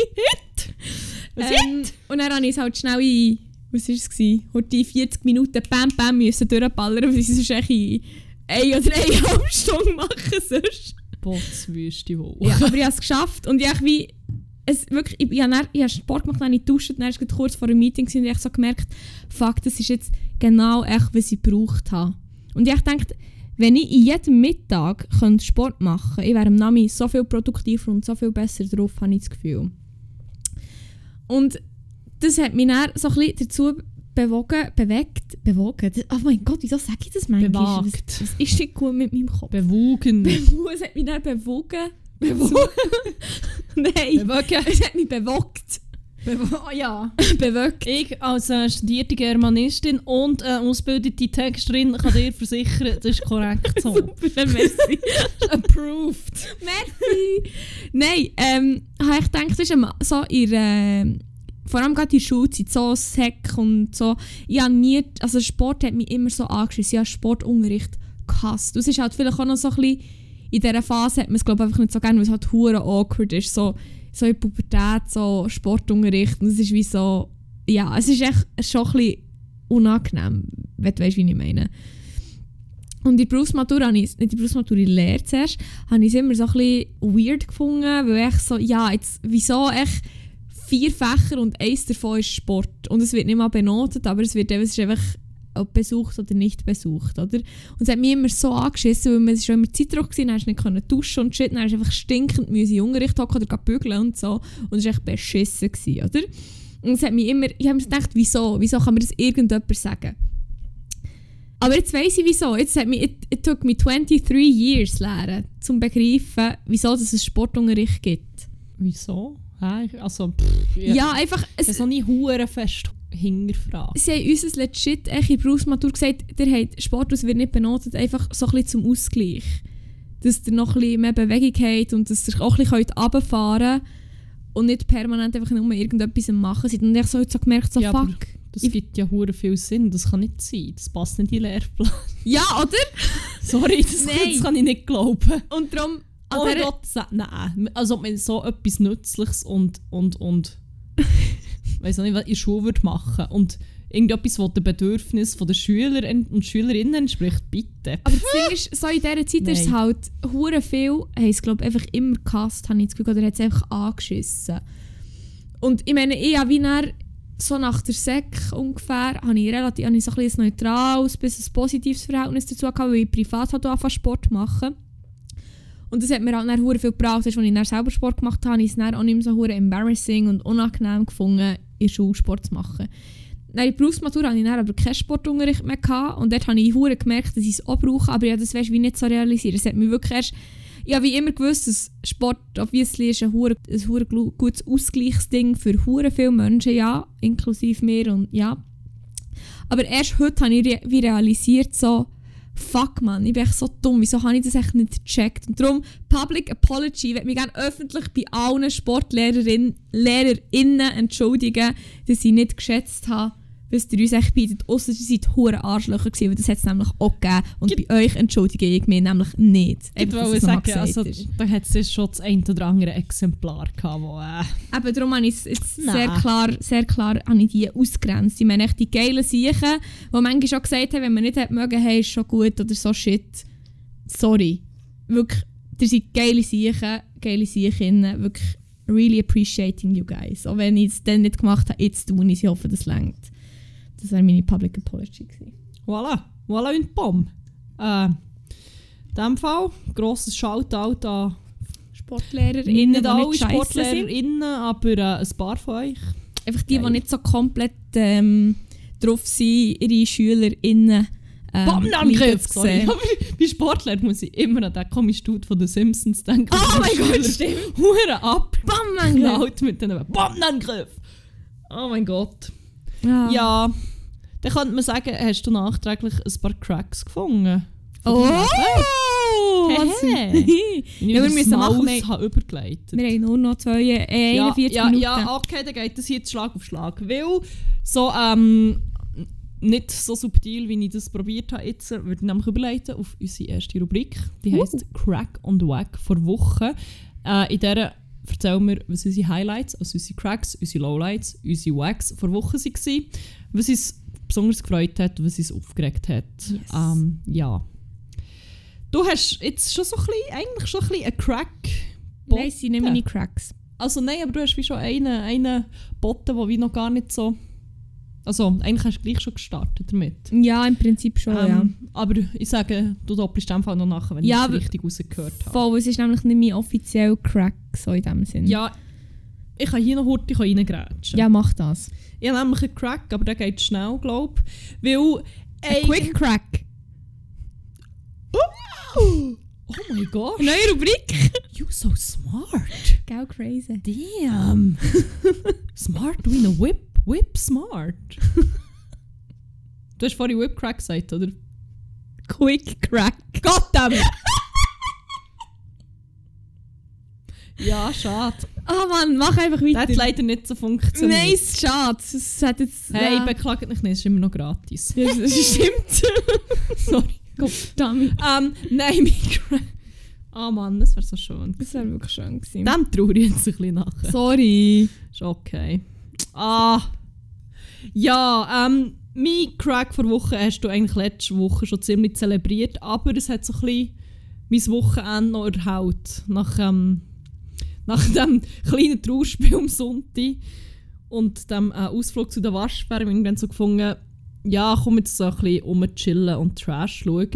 Speaker 1: Ein
Speaker 2: Ähm, und dann habe ich es halt schnell in, was war es? gewesen? Heute in 40 Minuten bam bam müssen durchballern, weil ich es sonst echt in 1 oder 1,5 Stunden machen sonst.
Speaker 1: Botswüste Woche.
Speaker 2: Ja, aber ich habe es geschafft und ich habe wie... Es wirklich, ich, ich, habe dann, ich habe Sport gemacht, dann habe ich geduscht, dann war es gerade kurz vor dem Meeting gewesen und ich habe so gemerkt, fuck, das ist jetzt genau echt, was ich gebraucht habe. Und ich habe gedacht, wenn ich in jedem Mittag könnte Sport machen könnte, ich wäre am Nami so viel produktiver und so viel besser drauf, habe ich das Gefühl. Und das hat mich dann so ein bisschen dazu bewogen, bewegt, bewogen, oh mein Gott, wieso sage ich das manchmal? Was,
Speaker 1: Bewagt.
Speaker 2: was ist nicht gut mit meinem Kopf?
Speaker 1: Bewogen.
Speaker 2: Bewogen, es hat mich dann bewogen. Bewogen? Nein,
Speaker 1: Bewogen.
Speaker 2: es hat mich bewogt.
Speaker 1: Bewogen. Ja.
Speaker 2: Bewogt.
Speaker 1: Ich als äh, studierte Germanistin und äh, ausgebildete Texterin kann dir versichern, das ist korrekt so.
Speaker 2: Super, merci.
Speaker 1: Approved.
Speaker 2: merci. Nein, ähm, habe ich gedacht, das ist am- so ihr, ähm, vor allem gerade in der Schulzeit, so Sek und so. Ich habe nie, also Sport hat mich immer so angeschissen. Ich habe Sportunterricht gehasst. Und es ist halt vielleicht auch noch so ein bisschen, in dieser Phase hat man es glaube ich einfach nicht so gerne, weil es halt hure awkward ist. So, so in der Pubertät, so Sportunterricht und es ist wie so, ja, es ist echt schon ein bisschen unangenehm, wenn du weißt, wie ich meine. Und die Berufsmatur, habe ich, nicht die Berufsmatur, die Lehre zuerst, habe ich es immer so ein bisschen weird gefunden, weil ich so, ja, jetzt, wieso echt vier Fächer und eins davon ist Sport. Und es wird nicht mal benotet, aber es wird eben, es ist einfach ob besucht oder nicht besucht, oder? Und es hat mich immer so angeschissen, weil man es war schon immer Zeitdruck, gewesen, dann hast du nicht können duschen und shit, dann hast du einfach stinkend müssen in den Unterricht hocken oder gehen bügeln und so. Und es war echt beschissen, gewesen, oder? Und es hat mich immer, ich habe mir gedacht, wieso, wieso kann mir das irgendjemand sagen? Aber jetzt weiss ich wieso. Jetzt hat mich, it, it took me 23 years lernen, um begreifen, wieso dass es Sportunterricht gibt.
Speaker 1: Wieso? Hä? Also, pff,
Speaker 2: Ja,
Speaker 1: ja.
Speaker 2: einfach,
Speaker 1: Das
Speaker 2: es,
Speaker 1: ist noch nie fest hinterfragt.
Speaker 2: sie haben uns legit echt in der Berufsmatur gesagt, ihr habt Sport, das wird nicht benotet, einfach so ein bisschen zum Ausgleich. Dass ihr noch ein bisschen mehr Bewegung habt und dass ihr auch ein bisschen runterfahren könnt und nicht permanent einfach nur irgendetwas am Machen seid. Und ich habe so, jetzt so gemerkt, so
Speaker 1: Ja, aber-
Speaker 2: fuck.
Speaker 1: Das
Speaker 2: Ich-
Speaker 1: gibt ja hure viel Sinn. Das kann nicht sein. Das passt nicht in den Lehrplan.
Speaker 2: Ja, oder?
Speaker 1: Sorry, das,
Speaker 2: Nein.
Speaker 1: das kann ich nicht glauben.
Speaker 2: Und darum... an
Speaker 1: Oh
Speaker 2: dieser-
Speaker 1: Gott, sa- nein. Also ob man so etwas Nützliches und und und weiß nicht, was in der Schule würde machen und irgendetwas, was den Bedürfnissen der Schüler und Schülerinnen entspricht, bitte.
Speaker 2: Aber das Ding ist, so in dieser Zeit ist es
Speaker 1: Nein.
Speaker 2: halt hure viel, haben es glaube einfach immer gehasst, habe ich das Gefühl, oder hat es einfach angeschissen. Und ich meine, ich habe wie dann, so nach der Sek ungefähr, habe ich relativ habe ich so ein, bisschen ein neutrales bis ein positives Verhältnis dazu gehabt, weil ich privat halt auch angefangen Sport zu machen. Und das hat mir halt dann hure viel gebraucht. Als ich dann selber Sport gemacht habe, habe ich es dann auch nicht mehr so hure embarrassing und unangenehm gefunden, in der Schule Sport zu machen. Dann Dann in der Berufsmatur hatte ich dann aber keinen Sportunterricht mehr. Gehabt. Und dort habe ich verdammt gemerkt, dass ich es auch brauche, aber ich habe das weißt, wie nicht so realisiert. Es hat mich wirklich erst... Ich habe wie immer gewusst, dass Sport obviously ist ein verdammt- ein verdammt glu- gutes Ausgleichsding für verdammt viele Menschen, ja, inklusive mir und ja. Aber erst heute habe ich re wie realisiert, so... Fuck man, ich bin echt so dumm, wieso habe ich das echt nicht gecheckt? Und darum, Public Apology, ich würde mich gerne öffentlich bei allen Sportlehrerinnen Lehrerinnen entschuldigen, dass ich nicht geschätzt habe, was ihr uns echt bietet. Ausser ihr seid hure Arschlöcher gewesen, weil das hat es nämlich auch gegeben. Und
Speaker 1: Gibt-
Speaker 2: bei euch entschuldige ich mich nämlich nicht.
Speaker 1: Ich
Speaker 2: Einfach, dass
Speaker 1: wollte
Speaker 2: es nochmal
Speaker 1: sagen, also,
Speaker 2: gesagt ist.
Speaker 1: da hat es schon das ein oder andere Exemplar gehabt, wo, äh,
Speaker 2: Eben, darum habe ich es jetzt
Speaker 1: Nein.
Speaker 2: sehr klar, sehr klar habe ich die ausgrenzt. Ich meine, echt die geilen Siechen, die manchmal schon gesagt haben, wenn man nicht hat mögen, hey, ist schon gut oder so shit. Sorry. Wirklich, ihr seid geile Siechen, geile Siechinnen. Wirklich, really appreciating you guys. Auch wenn ich es dann nicht gemacht habe, jetzt tue ich es. Ich hoffe, das längt. Das wäre meine Public Apology gewesen.
Speaker 1: voilà, voilà und Bom. Äh, in diesem Fall, grosses Shoutout an
Speaker 2: Sportlehrerinnen,
Speaker 1: nicht alle
Speaker 2: scheisse sind.
Speaker 1: SportlehrerInnen, aber äh, ein paar von euch.
Speaker 2: Einfach die,
Speaker 1: Geil.
Speaker 2: die nicht so komplett ähm, drauf sind, ihre SchülerInnen ähm, leiden
Speaker 1: Bombenangriff!
Speaker 2: zu
Speaker 1: Sorry,
Speaker 2: sehen.
Speaker 1: aber bei Sportler muss ich immer an den komischen Dude von den Simpsons denken.
Speaker 2: Oh mein Gott,
Speaker 1: stimmt! Huren
Speaker 2: Bombenangriff!
Speaker 1: abgeknallt mit einem Bombenangriff! Oh mein Gott.
Speaker 2: Ja.
Speaker 1: Ja, dann könnte man sagen, hast du nachträglich ein paar Cracks gefunden?
Speaker 2: Oh!
Speaker 1: Was?
Speaker 2: Hehe. Ja, wir müssen machen, wir-
Speaker 1: haben übergeleitet.
Speaker 2: Wir haben nur noch zwei, äh,
Speaker 1: ja,
Speaker 2: 41
Speaker 1: ja,
Speaker 2: Minuten.
Speaker 1: ja, oh. okay, dann geht das hier jetzt Schlag auf Schlag. Weil so, ähm, nicht so subtil, wie ich das probiert habe jetzt, würde ich nämlich überleiten auf unsere erste Rubrik. Die
Speaker 2: Uh.
Speaker 1: heisst Crack und Wack vor Wochen. Äh, in dieser erzählen wir, was unsere Highlights, also unsere Cracks, unsere Lowlights, unsere Wacks vor Wochen waren, was uns besonders gefreut hat, was uns aufgeregt hat.
Speaker 2: Yes.
Speaker 1: Ähm, ja. Du hast jetzt schon so ein bisschen, eigentlich schon ein bisschen einen Crack
Speaker 2: Nein, es sind nicht meine Cracks.
Speaker 1: also nein, aber du hast wie schon einen, einen Botten, der wie noch gar nicht so... Also eigentlich hast du gleich schon gestartet damit.
Speaker 2: Ja, im Prinzip schon,
Speaker 1: Ähm, Aber ich sage, du doppelst in dem Fall noch nachher, wenn
Speaker 2: Ja,
Speaker 1: ich
Speaker 2: aber-
Speaker 1: es richtig rausgehört
Speaker 2: ja.
Speaker 1: habe.
Speaker 2: Voll, es ist nämlich nicht mein offizieller Crack, so in dem Sinn.
Speaker 1: Ja, ich kann hier noch hurtig reingrätschen.
Speaker 2: ja mach das.
Speaker 1: Ich habe nämlich einen Crack, aber der geht schnell, glaube ich. Weil...
Speaker 2: A Quick Crack.
Speaker 1: Oh mein Gott!
Speaker 2: Neue Rubrik.
Speaker 1: You so smart!
Speaker 2: Gell, crazy.
Speaker 1: Damn! smart wie a whip. Whip smart. du hast vorhin Whip Crack gesagt, oder?
Speaker 2: Quick Crack.
Speaker 1: Goddammit! ja, schade.
Speaker 2: Ah Mann, mach einfach
Speaker 1: Das
Speaker 2: weiter.
Speaker 1: hat leider nicht so funktioniert.
Speaker 2: Nein, es ist schade. Es hat jetzt...
Speaker 1: Hey,
Speaker 2: ja.
Speaker 1: beklagt mich nicht, es ist immer noch gratis.
Speaker 2: Das- das stimmt.
Speaker 1: Sorry.
Speaker 2: Gott, damit.
Speaker 1: Ähm, nein, Mikro. Ah Mann, das wäre so schön.
Speaker 2: Das wäre wirklich schön gewesen.
Speaker 1: Dem traue ich jetzt ein bisschen nachher.
Speaker 2: Sorry.
Speaker 1: Ist okay. Ah. Ja, ähm, mein Crack vor Woche hast du eigentlich letzte Woche schon ziemlich zelebriert, aber es hat so ein bisschen mein Wochenende noch erhaut. Nach, ähm, nach dem kleinen Trauerspiel am Sonntag und dem äh, Ausflug zu den Waschbären haben wir irgendwann so gefunden, ja, komm jetzt so ein bisschen rumchillen und Trash schauen.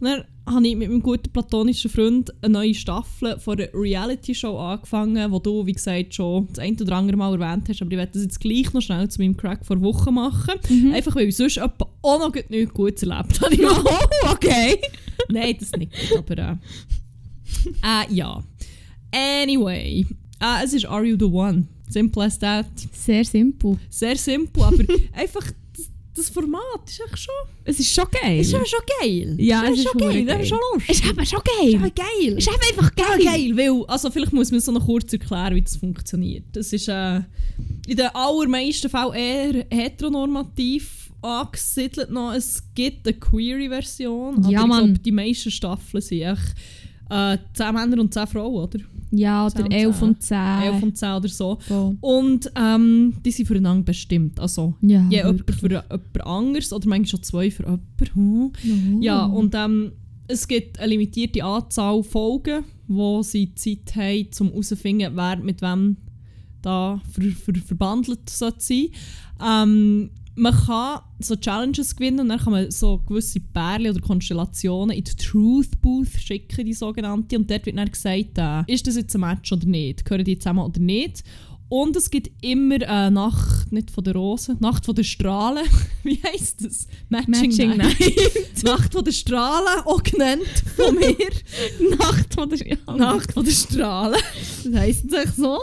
Speaker 1: Und dann habe ich mit meinem guten platonischen Freund eine neue Staffel von einer Reality-Show angefangen, wo du, wie gesagt, schon das ein oder andere Mal erwähnt hast, aber ich werde das jetzt gleich noch schnell zu meinem Crack vor Wochen machen. Einfach, weil ich sonst etwa auch noch gut nichts Gutes erlebt habe.
Speaker 2: Oh, okay.
Speaker 1: Nein, das nicht, aber äh, äh, ja. Anyway, äh, es ist Are You The One? Simple as that.
Speaker 2: Sehr simpel.
Speaker 1: Sehr simpel, aber einfach das, das Format ist echt schon,
Speaker 2: Es ist schon geil.
Speaker 1: ist ja schon geil.
Speaker 2: Ja,
Speaker 1: ist
Speaker 2: es ist
Speaker 1: schon geil,
Speaker 2: verdammt
Speaker 1: das ist schon lustig.
Speaker 2: ist eben schon geil.
Speaker 1: geil.
Speaker 2: Ist eben einfach geil.
Speaker 1: geil, weil, also vielleicht muss man so noch kurz erklären, wie das funktioniert. Das ist äh, in den allermeisten Fällen eher heteronormativ angesiedelt noch. Es gibt eine Query-Version, aber
Speaker 2: Ja,
Speaker 1: ich
Speaker 2: Mann.
Speaker 1: glaube, die meisten Staffeln sind echt äh, 10 Männer und 10 Frauen, oder?
Speaker 2: Ja,
Speaker 1: Zehn
Speaker 2: oder
Speaker 1: und
Speaker 2: 11
Speaker 1: zehn.
Speaker 2: von 10.
Speaker 1: 11 und 10 Äh, oder so.
Speaker 2: Voll.
Speaker 1: Und ähm, die sind füreinander bestimmt, also...
Speaker 2: Ja,
Speaker 1: Je jemand
Speaker 2: wirklich.
Speaker 1: für jemand anderes oder manchmal schon zwei für jemand. Hm. Ja,
Speaker 2: Oh.
Speaker 1: und ähm, es gibt eine limitierte Anzahl Folgen, wo sie Zeit haben, um herauszufinden, wer mit wem da ver ver verbandelt sollte sein ähm, Man kann so Challenges gewinnen und dann kann man so gewisse Pärchen oder Konstellationen in die Truth Booth schicken, die sogenannte. Und dort wird dann gesagt, äh, ist das jetzt ein Match oder nicht? Gehören die zusammen oder nicht? Und es gibt immer äh, Nacht, nicht von der Rose, Nacht von der Strahlen. Wie heisst das?
Speaker 2: Matching Night.
Speaker 1: Nacht von der Strahlen, auch genannt von mir.
Speaker 2: Nacht von der ja.
Speaker 1: Nacht von der Strahlen. Das heisst es echt so.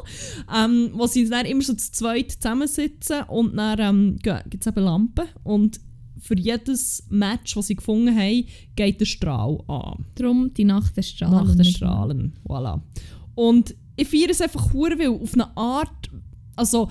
Speaker 1: Ähm, wo sie dann immer so zu zweit zusammensitzen und dann ähm, gibt es eben Lampen. Und für jedes Match, das sie gefunden haben, geht der Strahl an.
Speaker 2: Darum die Nacht der Strahlen.
Speaker 1: Nach den Strahlen. Voilà. Und ich feiere es einfach hure, weil auf eine Art, also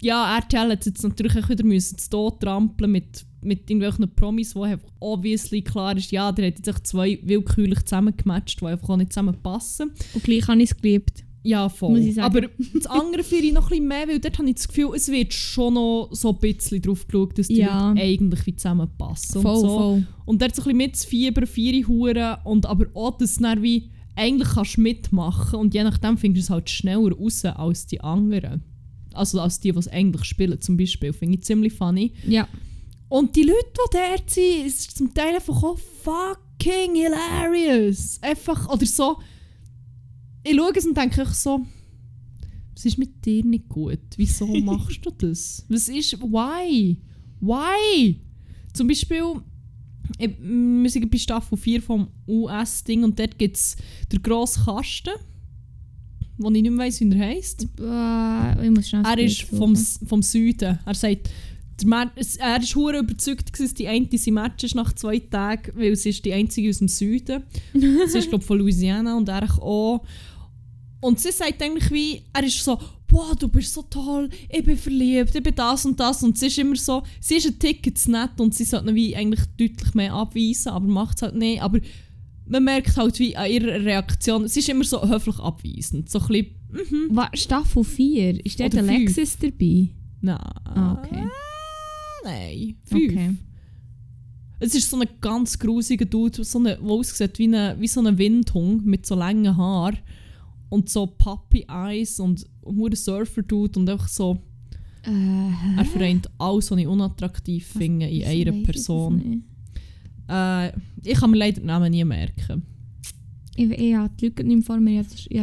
Speaker 1: ja, RTL hat jetzt natürlich auch wieder müssen zu Tod trampeln mit, mit irgendwelchen Promis, wo einfach obviously klar ist, ja, der hat jetzt echt zwei willkürlich zusammengematcht, die einfach auch nicht zusammenpassen.
Speaker 2: Und gleich habe ich es geliebt.
Speaker 1: Ja, voll.
Speaker 2: Muss ich sagen.
Speaker 1: Aber das andere feiere ich noch ein bisschen mehr, weil dort habe ich das Gefühl, es wird schon noch so ein bisschen drauf geschaut, dass die
Speaker 2: Ja.
Speaker 1: Leute eigentlich wie zusammenpassen.
Speaker 2: voll,
Speaker 1: und so.
Speaker 2: voll.
Speaker 1: Und dort so ein bisschen mit das Fieber, vier Huren und aber auch, dass du dann wie eigentlich kannst mitmachen und je nachdem findest du es halt schneller raus als die anderen. Also als die, die es eigentlich spielen zum Beispiel, finde ich ziemlich funny.
Speaker 2: Ja.
Speaker 1: Und die Leute, die dort sind, es ist zum Teil einfach auch fucking hilarious. Einfach, oder so, ich schaue es und denke ich so, was ist mit dir nicht gut? Wieso machst du das? Was ist, why? Why? Zum Beispiel, ich, wir sind bei Staffel 4 vom US-Ding und dort gibt es den grossen Kasten, wo ich nicht mehr weiss, wie er heisst.
Speaker 2: Äh, ich muss schnell
Speaker 1: Er
Speaker 2: das
Speaker 1: ist
Speaker 2: Bild
Speaker 1: vom,
Speaker 2: suchen.
Speaker 1: S- vom Süden. Er sagt, der Ma- es- er ist hure überzeugt, gewesen, dass die einzige Match ist nach zwei Tagen, weil sie ist die einzige aus dem Süden. sie ist glaube von Louisiana und er auch. Und sie sagt eigentlich wie, er ist so, wow, du bist so toll, ich bin verliebt, ich bin das und das. Und sie ist immer so, sie ist ein Ticket zu nett und sie sollte ihn wie eigentlich deutlich mehr abweisen, aber macht es halt nicht. Aber man merkt halt wie an ihrer Reaktion, sie ist immer so höflich abweisend. So ein bisschen, mhm,
Speaker 2: Wa- Staffel 4, ist dort
Speaker 1: Oder fünf.
Speaker 2: Alexis dabei?
Speaker 1: nein.
Speaker 2: Ah, okay.
Speaker 1: Nein, fünf.
Speaker 2: Okay.
Speaker 1: Es ist so ein ganz grusiger Dude, so eine, der aussieht wie, eine, wie so ein Windhung mit so langen Haaren und so Puppy Eyes und ein Surfer-Dude und einfach so,
Speaker 2: Äh,
Speaker 1: er vereint alles, was ich unattraktiv finde in
Speaker 2: wieso weiss
Speaker 1: einer
Speaker 2: ich das
Speaker 1: Person.
Speaker 2: nicht?
Speaker 1: Äh, ich kann mir leider den Namen nie merken.
Speaker 2: Ich, ich, ich habe die Leute nicht mehr vor mir. Ich, hab das- ich,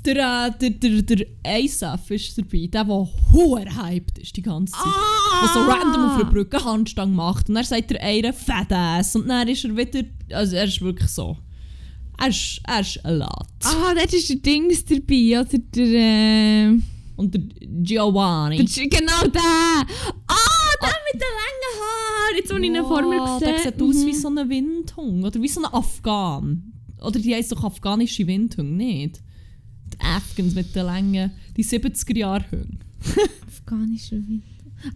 Speaker 2: hab-
Speaker 1: Der, äh, der, der, der ASAP ist dabei, der, der hoher hyped ist die ganze Zeit.
Speaker 2: Ah!
Speaker 1: der so random auf einer Brücke eine Handstange macht. Und dann sagt er einen Fadass. Und dann ist er wieder. Also, er ist wirklich so. Er ist, er ist ein Lat.
Speaker 2: Ah, dort ist der Dings dabei, oder der, äh,
Speaker 1: Und der
Speaker 2: der
Speaker 1: Giovanni.
Speaker 2: genau der! Ah, der mit den langen Haaren! Jetzt, wo ich ihn vor mir
Speaker 1: Wow, Oh,
Speaker 2: gesehen
Speaker 1: Der Ah. sieht
Speaker 2: Mhm.
Speaker 1: aus wie so ein Windhung. Oder wie so ein Afghan. Oder die heisst doch afghanische Windhung, nicht? Die Afghans mit den langen. Die 70er-Jahre-Hunde.
Speaker 2: Afghanischer Wind.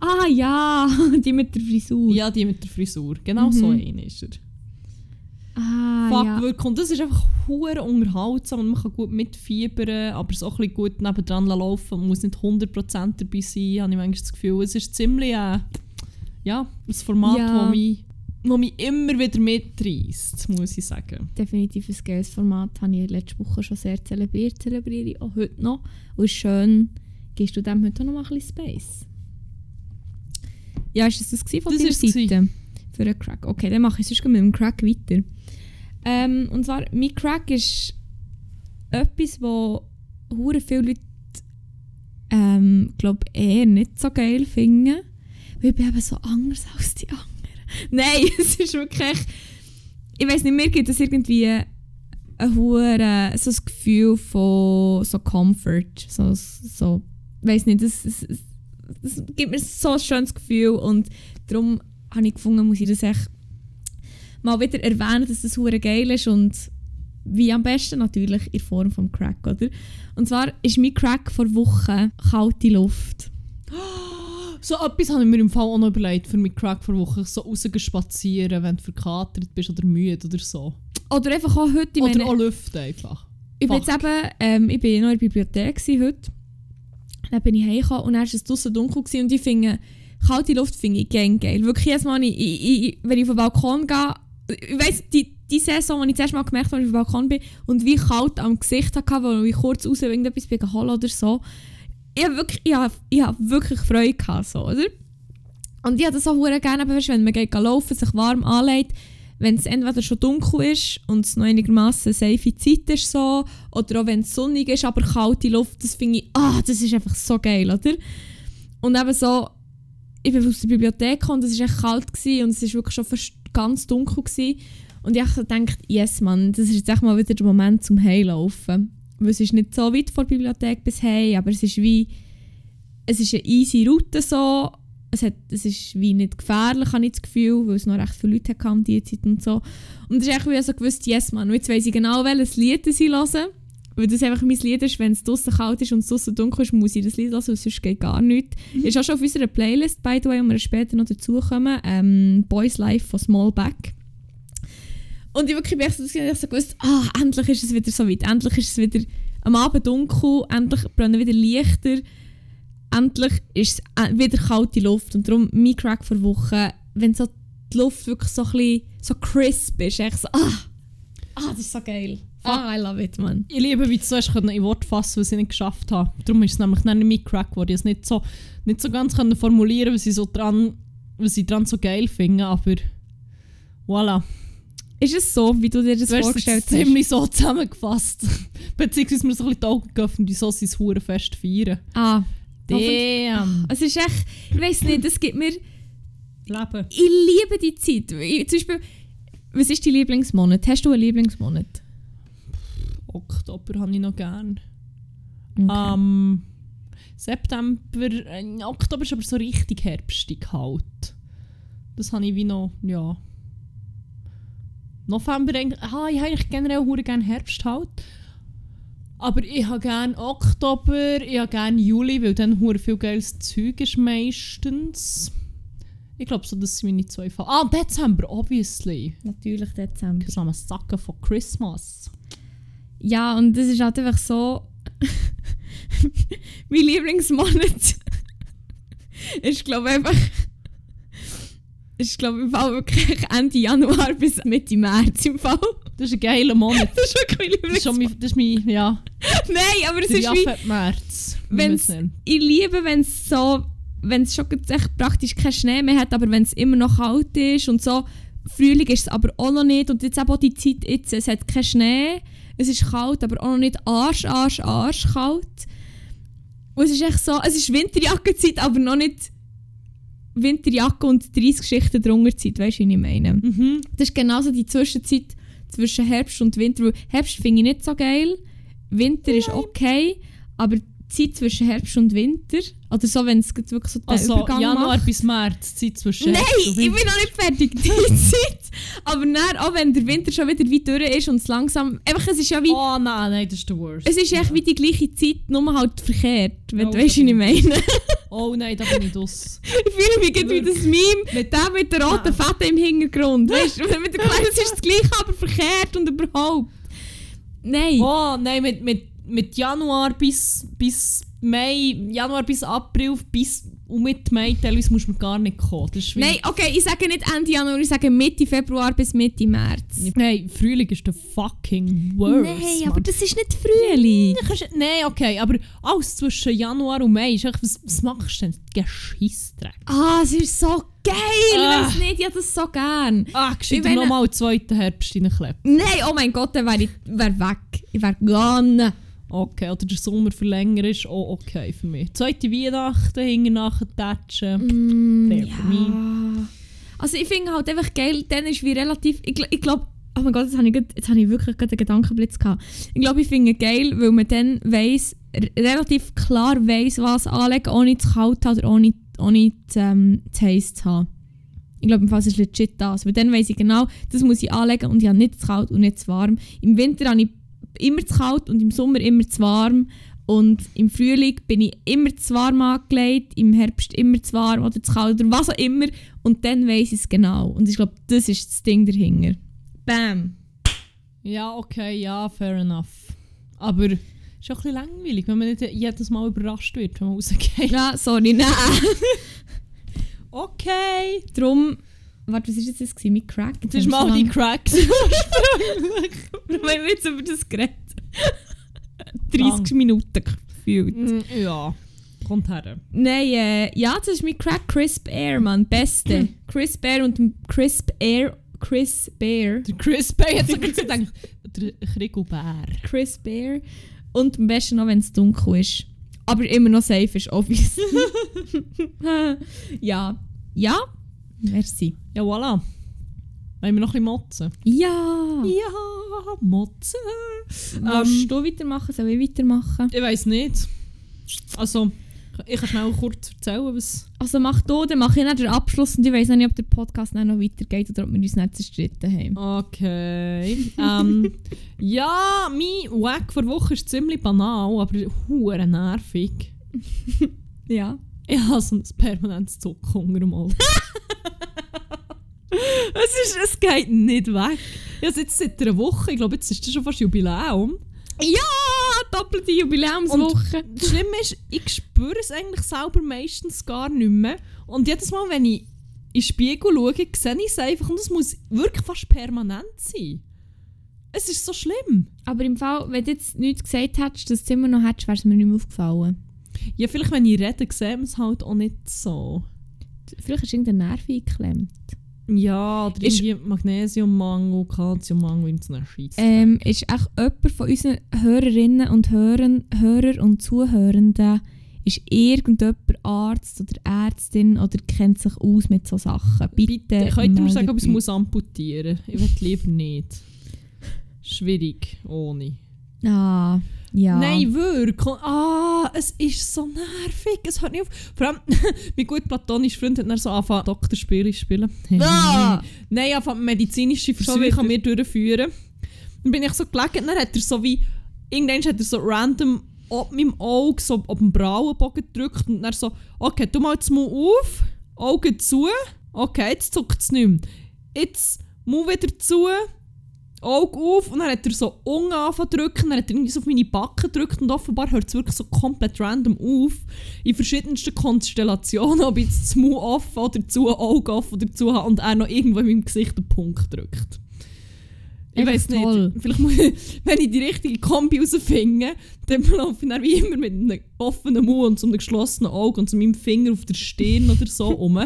Speaker 2: Ah, ja! Die mit der Frisur.
Speaker 1: Ja, die mit der Frisur. Genau so
Speaker 2: Mhm.
Speaker 1: einer ist er.
Speaker 2: Ah,
Speaker 1: Fuck,
Speaker 2: ja.
Speaker 1: wirklich. Und das ist einfach hure unterhaltsam und man kann gut mitfiebern, aber so ein bisschen gut nebendran laufen. Man muss nicht 100% dabei sein, habe ich manchmal das Gefühl. Es ist ziemlich äh, ja, ein Format,
Speaker 2: Ja.
Speaker 1: wo, mich, wo mich immer wieder mitreißt, muss ich sagen.
Speaker 2: Definitiv ein geiles Format. Habe ich letzte Woche schon sehr zelebriert. Zelebriere ich auch heute noch. Und ist schön, gibst du dem heute auch noch mal ein bisschen Space. Ja, ist das das gewesen von
Speaker 1: Das
Speaker 2: deiner
Speaker 1: ist es
Speaker 2: Seite? Für einen Crack. Okay, dann mache ich sonst gleich mit dem Crack weiter. Ähm, und zwar, mein Crack ist etwas, wo hure viele Leute ähm, glaub eher nicht so geil finden. Weil ich bin eben so anders als die anderen. Nein, es ist wirklich... Ich weiß nicht, mir gibt es irgendwie ein hure so ein Gefühl von so Comfort. So, so weiß nicht, das, das, das gibt mir so ein schönes Gefühl und darum habe ich gefunden, muss ich das echt mal wieder erwähnen, dass das hure geil ist und wie am besten natürlich in Form vom Crack, oder? Und zwar ist mein Crack vor Wochen kalte Luft.
Speaker 1: So etwas habe ich mir im Fall auch noch überlegt, für mich Crack vor Woche so rausgespazieren, wenn du verkatert bist oder müde oder so.
Speaker 2: Oder einfach auch heute, ich
Speaker 1: oder
Speaker 2: meine-
Speaker 1: auch lüften einfach.
Speaker 2: Ich bin jetzt eben, ähm, ich bin noch in der Bibliothek gsi heute. Dann bin ich heimgekommen und dann war es draussen dunkel gewesen und ich finde, kalte Luft finde ich gern geil. Wirklich jedes Mal, ich, ich, ich, wenn ich auf den Balkon gehe, ich weiss, die, die Saison, als ich zuerst mal gemerkt habe, als ich auf dem Balkon bin und wie kalt am Gesicht hatte, weil ich kurz raus irgendetwas bin geholt oder so. Ich habe wirklich, ich hab, ich hab wirklich Freude gehabt, so, oder? Und ich habe das auch hure gerne, eben, weisst du, wenn man geht laufen, sich warm anlegt, wenn es entweder schon dunkel ist und es noch einigermaßen safe Zeit ist so, oder auch wenn es sonnig ist, aber kalte Luft, das finde ich, ah, das ist einfach so geil, oder? Und eben so, ich bin aus der Bibliothek gekommen und es war echt kalt gewesen, und es war wirklich schon fast ganz dunkel gewesen. Und ich habe gedacht, yes Mann, das ist jetzt echt mal wieder der Moment zum Heilaufen. Weil es ist nicht so weit von der Bibliothek bis heim, aber es ist wie, es ist eine easy Route so, es, hat, es ist wie nicht gefährlich, habe ich das Gefühl, weil es noch recht viele Leute hatten um diese Zeit und so. Und es ist echt wie so gewusst, yes Mann, und jetzt weiss ich genau, welches Lied ich höre. Weil das einfach mein Lied ist, wenn es draußen kalt ist und es draußen dunkel ist, muss ich das Lied hören, weil sonst geht gar nichts. Ist auch schon auf unserer Playlist, by the way, wo wir später noch dazukommen, ähm, «Boys Life» von Smallback. Und ich wirklich bin echt so, ich habe so gewusst, ah, endlich ist es wieder so weit, endlich ist es wieder am Abend dunkel, endlich brennen wieder Lichter, endlich ist es äh, wieder kalte Luft. Und darum mein Crack vor Woche, wenn so die Luft wirklich so ein bisschen, so crisp ist, echt so, ah, ah, das ist so geil. Ah, I love it, man.
Speaker 1: Ich liebe, wie du so hast können in Wort fassen, was ich nicht geschafft habe. Darum ist es nämlich dann nicht mein Crack geworden. Ich habe es nicht so, nicht so ganz können formulieren, was ich, so dran, was ich dran so geil finde, aber voilà.
Speaker 2: Ist es so, wie du dir das
Speaker 1: Du hast es
Speaker 2: vorgestellt
Speaker 1: jetzt ziemlich so zusammengefasst. Beziehungsweise mir so ein bisschen die Augen geöffnet, wieso sie es hure fest feiern.
Speaker 2: hast? Ah,
Speaker 1: Damn.
Speaker 2: es ist echt, ich weiß nicht, es gibt mir,
Speaker 1: Leben.
Speaker 2: ich liebe die Zeit. Ich, zum Beispiel, was ist dein Lieblingsmonat? Hast du einen Lieblingsmonat?
Speaker 1: Oktober habe ich noch gern.
Speaker 2: Okay.
Speaker 1: Ähm, September, äh, Oktober ist aber so richtig herbstig halt. Das habe ich wie noch, ja. November eigentlich, ah, ich habe eigentlich generell hure gerne Herbst halt. Aber ich habe gerne Oktober, ich habe gerne Juli, weil dann hure viel geiles Zeug ist meistens. Ich glaube so, das sind meine zwei Fall. Ah, Dezember, obviously.
Speaker 2: Natürlich Dezember.
Speaker 1: Das haben wir Sacken von Christmas.
Speaker 2: Ja, und das ist halt einfach so, mein Lieblingsmonat ist, glaube ich, einfach, ist, glaube ich, im Fall wirklich Ende Januar bis Mitte März im Fall.
Speaker 1: Das ist ein geiler Monat.
Speaker 2: Das ist wirklich mein
Speaker 1: Das ist, schon
Speaker 2: Lieblingsmonat.
Speaker 1: mein, das ist mein, ja.
Speaker 2: Nein, aber es
Speaker 1: Der
Speaker 2: ist wie...
Speaker 1: Jaffet März. wie man
Speaker 2: wenn's,
Speaker 1: es nennt.
Speaker 2: ich liebe, wenn es so, wenn es schon jetzt echt praktisch keinen Schnee mehr hat, aber wenn es immer noch kalt ist und so. Frühling ist es aber auch noch nicht und jetzt eben auch die Zeit jetzt, es hat keinen Schnee, es ist kalt, aber auch noch nicht arsch, arsch, arsch kalt. Und es ist echt so, es ist Winterjackenzeit, aber noch nicht Winterjacke und 30 Schichten drunter Zeit, weißt du, wie ich meine?
Speaker 1: Mhm.
Speaker 2: Das ist genauso die Zwischenzeit zwischen Herbst und Winter. Weil Herbst finde ich nicht so geil. Winter ist okay, aber die Zeit zwischen Herbst und Winter, oder so, wenn es gerade wirklich so den
Speaker 1: Also
Speaker 2: Übergang
Speaker 1: Januar
Speaker 2: macht.
Speaker 1: bis März, die Zeit zwischen
Speaker 2: Nein,
Speaker 1: Herbst
Speaker 2: ich
Speaker 1: und
Speaker 2: bin
Speaker 1: Winter.
Speaker 2: noch nicht fertig, die Zeit. Aber dann, auch wenn der Winter schon wieder weit durch ist und es langsam... Einfach, es ist ja wie...
Speaker 1: Oh nein, nein, das ist der Worst.
Speaker 2: Es ist echt
Speaker 1: Ja.
Speaker 2: wie die gleiche Zeit, nur halt verkehrt, wenn
Speaker 1: Oh,
Speaker 2: du weißt,
Speaker 1: da
Speaker 2: wie ich
Speaker 1: bin
Speaker 2: meine.
Speaker 1: Oh nein, da bin ich dus.
Speaker 2: Ich fühle mich gerade wie das Meme mit dem mit der roten Fette im Hintergrund. Weißt du, mit der Kleinen es ist das gleiche, aber verkehrt und überhaupt. Nein.
Speaker 1: Oh nein, mit, mit, mit Januar bis, bis Mai, Januar bis April, bis und mit Mai, teilweise muss man gar nicht kommen. Das ist wie-
Speaker 2: Nein, okay, ich sage nicht Ende Januar, ich sage Mitte Februar bis Mitte März.
Speaker 1: Nein, Frühling ist der fucking worst.
Speaker 2: Nein, aber
Speaker 1: Mann.
Speaker 2: das ist nicht Frühling.
Speaker 1: Du kannst- Nein, okay, aber alles zwischen Januar und Mai ist echt, was, was machst du denn? Geschissdreck.
Speaker 2: Ah, es ist so geil.
Speaker 1: Ah.
Speaker 2: Ich weiß nicht, ich habe das so gern.
Speaker 1: Ah, gescheit
Speaker 2: Ich meine-
Speaker 1: nochmal einen zweiten Herbst reinklebt.
Speaker 2: Nein, oh mein Gott, dann wäre ich wär weg. Ich wäre gone.
Speaker 1: Okay, oder der Sommer verlängert ist auch okay für mich. Zweite Weihnachten, hinten nachher tätschen.
Speaker 2: Mm,
Speaker 1: Fair for
Speaker 2: ja. Also ich finde halt einfach geil, dann ist wie relativ, ich, gl- ich glaube, oh mein Gott, jetzt habe ich, grad- jetzt hab ich wirklich gerade einen Gedankenblitz gehabt. Ich glaube, ich finde geil, weil man dann weiss, r- relativ klar weiss, was anlegen, ohne zu kalt zu haben oder ohne, ohne zu, ähm, zu heiß zu haben. Ich glaube, im Fall ist es legit das. Weil dann weiss ich genau, das muss ich anlegen und ich habe nicht zu kalt und nicht zu warm. Im Winter habe ich immer zu kalt und im Sommer immer zu warm. Und im Frühling bin ich immer zu warm angelegt, im Herbst immer zu warm oder zu kalt oder was auch immer. Und dann weiss ich es genau. Und ich glaube, das ist das Ding dahinter. Bam!
Speaker 1: Ja, okay, ja, fair enough. Aber es ist auch ein bisschen langweilig, wenn man nicht jedes Mal überrascht wird, wenn man rausgeht.
Speaker 2: Ja, sorry, nein.
Speaker 1: Okay,
Speaker 2: Drum, warte, was war jetzt das gewesen? mit Crack?
Speaker 1: das ist mal die Cracks.
Speaker 2: Crack. Wir haben jetzt über das geredet. 30
Speaker 1: Lang.
Speaker 2: Minuten gefühlt.
Speaker 1: Mm, ja, kommt her.
Speaker 2: Nein, Hm. äh, ja, das ist mein Crack Crisp Air, Mann. Beste. Crisp Air und Crisp Air Chris Bear.
Speaker 1: Der Chris Bay hat sogar gedacht, der Krigo Bär.
Speaker 2: Chris Bear. Und am besten noch, wenn es dunkel ist. Aber immer noch safe ist, obvious. ja. Ja? Merci.
Speaker 1: Ja, voilà. Wollen wir noch ein bisschen motzen?
Speaker 2: Ja! Ähm,
Speaker 1: Ja, motzen. Ähm,
Speaker 2: Willst du weitermachen? Soll ich weitermachen?
Speaker 1: Ich weiß nicht. Also, ich kann schnell kurz erzählen, was...
Speaker 2: Also mach du, dann mache ich dann den Abschluss und ich weiss noch nicht, ob der Podcast dann noch weitergeht oder ob wir uns nicht zerstritten haben.
Speaker 1: Okay. ähm, ja, mein Wack vor Woche ist ziemlich banal, aber hure nervig.
Speaker 2: Ja.
Speaker 1: Ich habe so ein permanentes Zucken unter dem Auge. es, ist, es geht nicht weg. Ich habe jetzt seit einer Woche, ich glaube, jetzt ist das schon fast Jubiläum.
Speaker 2: Ja! Ah, Doppelte Jubiläumswoche.
Speaker 1: Das Schlimme ist, ich spüre es eigentlich selber meistens gar nicht mehr. Und jedes Mal, wenn ich in den Spiegel schaue, sehe ich es einfach. Und es muss wirklich fast permanent sein. Es ist so schlimm.
Speaker 2: Aber im Fall, wenn du jetzt nichts gesagt hättest, dass du es immer noch hättest, wäre es mir nicht mehr aufgefallen.
Speaker 1: Ja, vielleicht, wenn ich rede, sehe ich es halt auch nicht so.
Speaker 2: Vielleicht hast du irgendeinen Nerv eingeklemmt.
Speaker 1: Ja, oder
Speaker 2: Ist-
Speaker 1: irgendwie Magnesiummangel, Calciummangel und so einer Scheisse.
Speaker 2: Ähm, ist echt jemand von unseren Hörerinnen und Hörern, Hörer und Zuhörenden ist irgendjemand Arzt oder Ärztin oder kennt sich aus mit so Sachen. Bitte,
Speaker 1: Bitte, könnt ihr mir sagen,
Speaker 2: meldet
Speaker 1: ob ich es
Speaker 2: euch.
Speaker 1: muss amputieren muss? Ich will lieber nicht. Schwierig, ohne.
Speaker 2: Ah, ja.
Speaker 1: Nein, wirklich. Ah, es ist so nervig. Es hört nicht auf. Vor allem, mein gut platonischer Freund hat dann so angefangen, Doktorspiele zu spielen.
Speaker 2: Ah!
Speaker 1: Nein, anfangen medizinische Versuche
Speaker 2: wieder.
Speaker 1: an mir durchführen. Dann bin ich so gelegen und dann hat er so wie... Irgendwann hat er so random ob meinem Auge, so auf den Brauenbogen gedrückt und dann so... Okay, du mal jetzt mal auf, Augen zu. Okay, jetzt zuckt es nicht mehr. Jetzt Mund wieder zu, Auge auf und dann hat er so Unge angefangen zu drücken, dann hat er irgendwie so auf meine Backe gedrückt und offenbar hört es wirklich so komplett random auf. In verschiedensten Konstellationen, ob ich jetzt das Mund offen oder zu, Auge offen oder zu habe und er noch irgendwo in meinem Gesicht einen Punkt drückt. Ich
Speaker 2: Einfach
Speaker 1: weiß
Speaker 2: toll.
Speaker 1: nicht, vielleicht muss ich, wenn ich die richtige Kombi herausfinde, dann laufe ich dann wie immer mit einem offenen Mund und so einem geschlossenen Auge und so meinem Finger auf der Stirn oder so rum.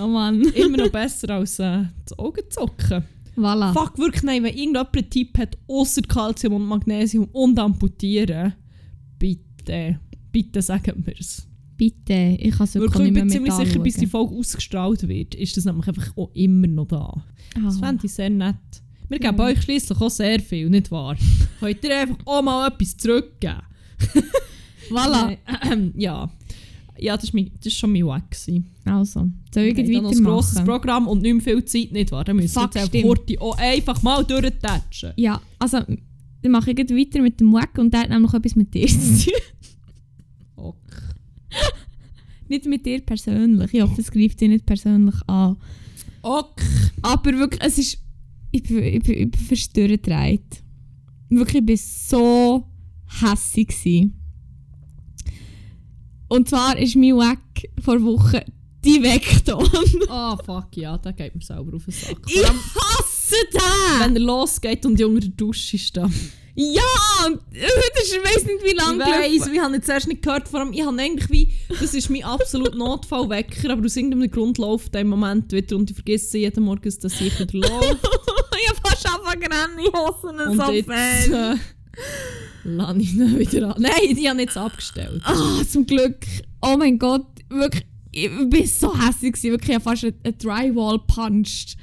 Speaker 2: Oh Mann.
Speaker 1: Immer noch besser als äh, das Augenzocken.
Speaker 2: Voilà.
Speaker 1: Fuck, wirklich, nein, wenn irgendjemand einen Tipp hat, außer Kalzium und Magnesium und amputieren, bitte, bitte sagen wir es.
Speaker 2: Bitte, ich kann es wirklich
Speaker 1: Wirklich,
Speaker 2: nicht
Speaker 1: ich
Speaker 2: mehr
Speaker 1: bin
Speaker 2: mit
Speaker 1: ziemlich sicher, bis die
Speaker 2: anschauen.
Speaker 1: Folge ausgestrahlt wird, ist das nämlich einfach auch immer noch da. Das
Speaker 2: Ah.
Speaker 1: fände ich sehr nett. Wir geben
Speaker 2: Ja.
Speaker 1: euch schließlich auch sehr viel, nicht wahr? Könnt ihr einfach auch mal etwas zurückgeben?
Speaker 2: Voilà.
Speaker 1: Nein, ja. Ja, das war schon mein Weg. gewesen.
Speaker 2: Also, soll ich
Speaker 1: Wir haben
Speaker 2: okay,
Speaker 1: da noch ein grosses
Speaker 2: weitermachen?
Speaker 1: Programm und nicht mehr viel Zeit, nicht wahr? Dann müssen wir
Speaker 2: Fuck,
Speaker 1: jetzt einfach
Speaker 2: stimmt.
Speaker 1: kurz auch einfach mal durchtatschen.
Speaker 2: Ja, also, dann mache ich gleich weiter mit dem Wack und der hat nämlich etwas mit dir zu tun.
Speaker 1: Okay.
Speaker 2: Nicht mit dir persönlich. Ich hoffe, das greift dich nicht persönlich an.
Speaker 1: Ok.
Speaker 2: Aber wirklich, es ist. Ich bin, ich bin, ich bin verstört reit. Wirklich, ich bin so hässig. gsi. Und zwar ist mein Wack vor Wochen die Vektoren.
Speaker 1: Ah, fuck, ja, da geht mir selber auf den Sack.
Speaker 2: Ich hasse den!
Speaker 1: Wenn er losgeht und ich unter der Dusche stehe.
Speaker 2: Ja! Und äh, das ist, ich weiß nicht, wie
Speaker 1: Ich
Speaker 2: lange.
Speaker 1: weiss, wir haben jetzt erst nicht gehört, vor allem, ich habe eigentlich wie, das ist mein absolut Notfallwecker, aber aus irgendeinem Grund läuft der im Moment wieder und ich vergesse jeden Morgen, dass das sicher läuft.
Speaker 2: ich habe fast angefangen, Rennen hören.
Speaker 1: und
Speaker 2: so
Speaker 1: jetzt
Speaker 2: fest.
Speaker 1: äh, lasse ich ihn wieder an. Nein, ich habe jetzt abgestellt.
Speaker 2: Ah, zum Glück. Oh mein Gott, wirklich, ich bin so hässlich gewesen. Wirklich, ich habe fast einen Drywall punched.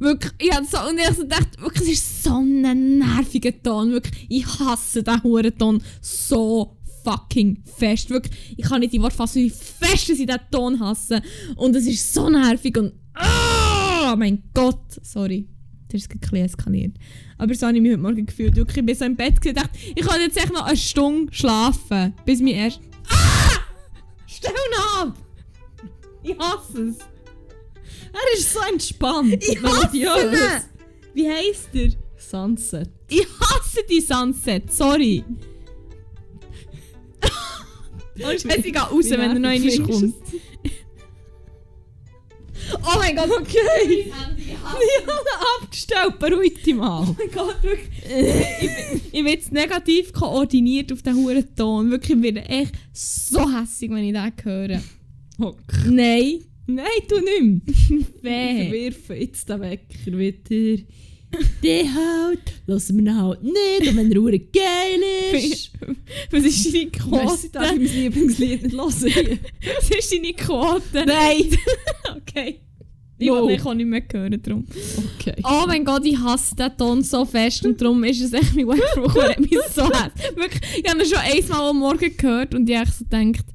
Speaker 2: Wirklich, ich habe so, und ich so gedacht, wirklich, es ist so ein nerviger Ton. Wirklich, ich hasse diesen Hurenton so fucking fest. Wirklich, ich kann nicht die Worte fassen, wie fest dass ich diesen Ton hasse. Und es ist so nervig und, oh mein Gott, sorry. Das ist gerade ein bisschen eskaliert. Aber so habe ich mich heute Morgen gefühlt. Wirklich, ich bin so im Bett gewesen und dachte, ich kann jetzt echt noch eine Stunde schlafen, bis mir erst... Ah! Stell ihn ab! Ich hasse es.
Speaker 1: Er ist so entspannt.
Speaker 2: Ich hasse
Speaker 1: Melodiös.
Speaker 2: ihn! Wie heisst er?
Speaker 1: Sunset.
Speaker 2: Ich hasse die Sunset, sorry. Ich weiß, ich gehe raus, wenn er noch einmal kommt. Oh mein Gott, okay!
Speaker 1: Ich habe abgestellt, beruhig dich mal.
Speaker 2: Oh mein Gott, wirklich. ich, bin- ich bin jetzt negativ koordiniert auf diesen hohen Ton. Wirklich, ich bin echt so hässig, wenn ich den höre.
Speaker 1: Ok.
Speaker 2: Nein,
Speaker 1: Nein, du nicht mehr. Ich
Speaker 2: Weh.
Speaker 1: verwerfe jetzt den Wecker wieder. Die halt, lassen wir ihn halt nicht, und wenn er verdammt geil ist.
Speaker 2: Was ist deine
Speaker 1: Weißt du, darf
Speaker 2: Quote?
Speaker 1: ich mein Lieblingslied nicht hören?
Speaker 2: Was ist deine Quote?
Speaker 1: Nein!
Speaker 2: Okay. Ich
Speaker 1: No.
Speaker 2: will ich kann nicht mehr hören drum.
Speaker 1: Okay.
Speaker 2: Oh mein Gott, ich hasse diesen Ton so fest und darum ist es echt mein Wife Woche, er hat mich so hat. Wirklich, ich habe ihn schon einmal am Morgen gehört und ich habe echt so gedacht,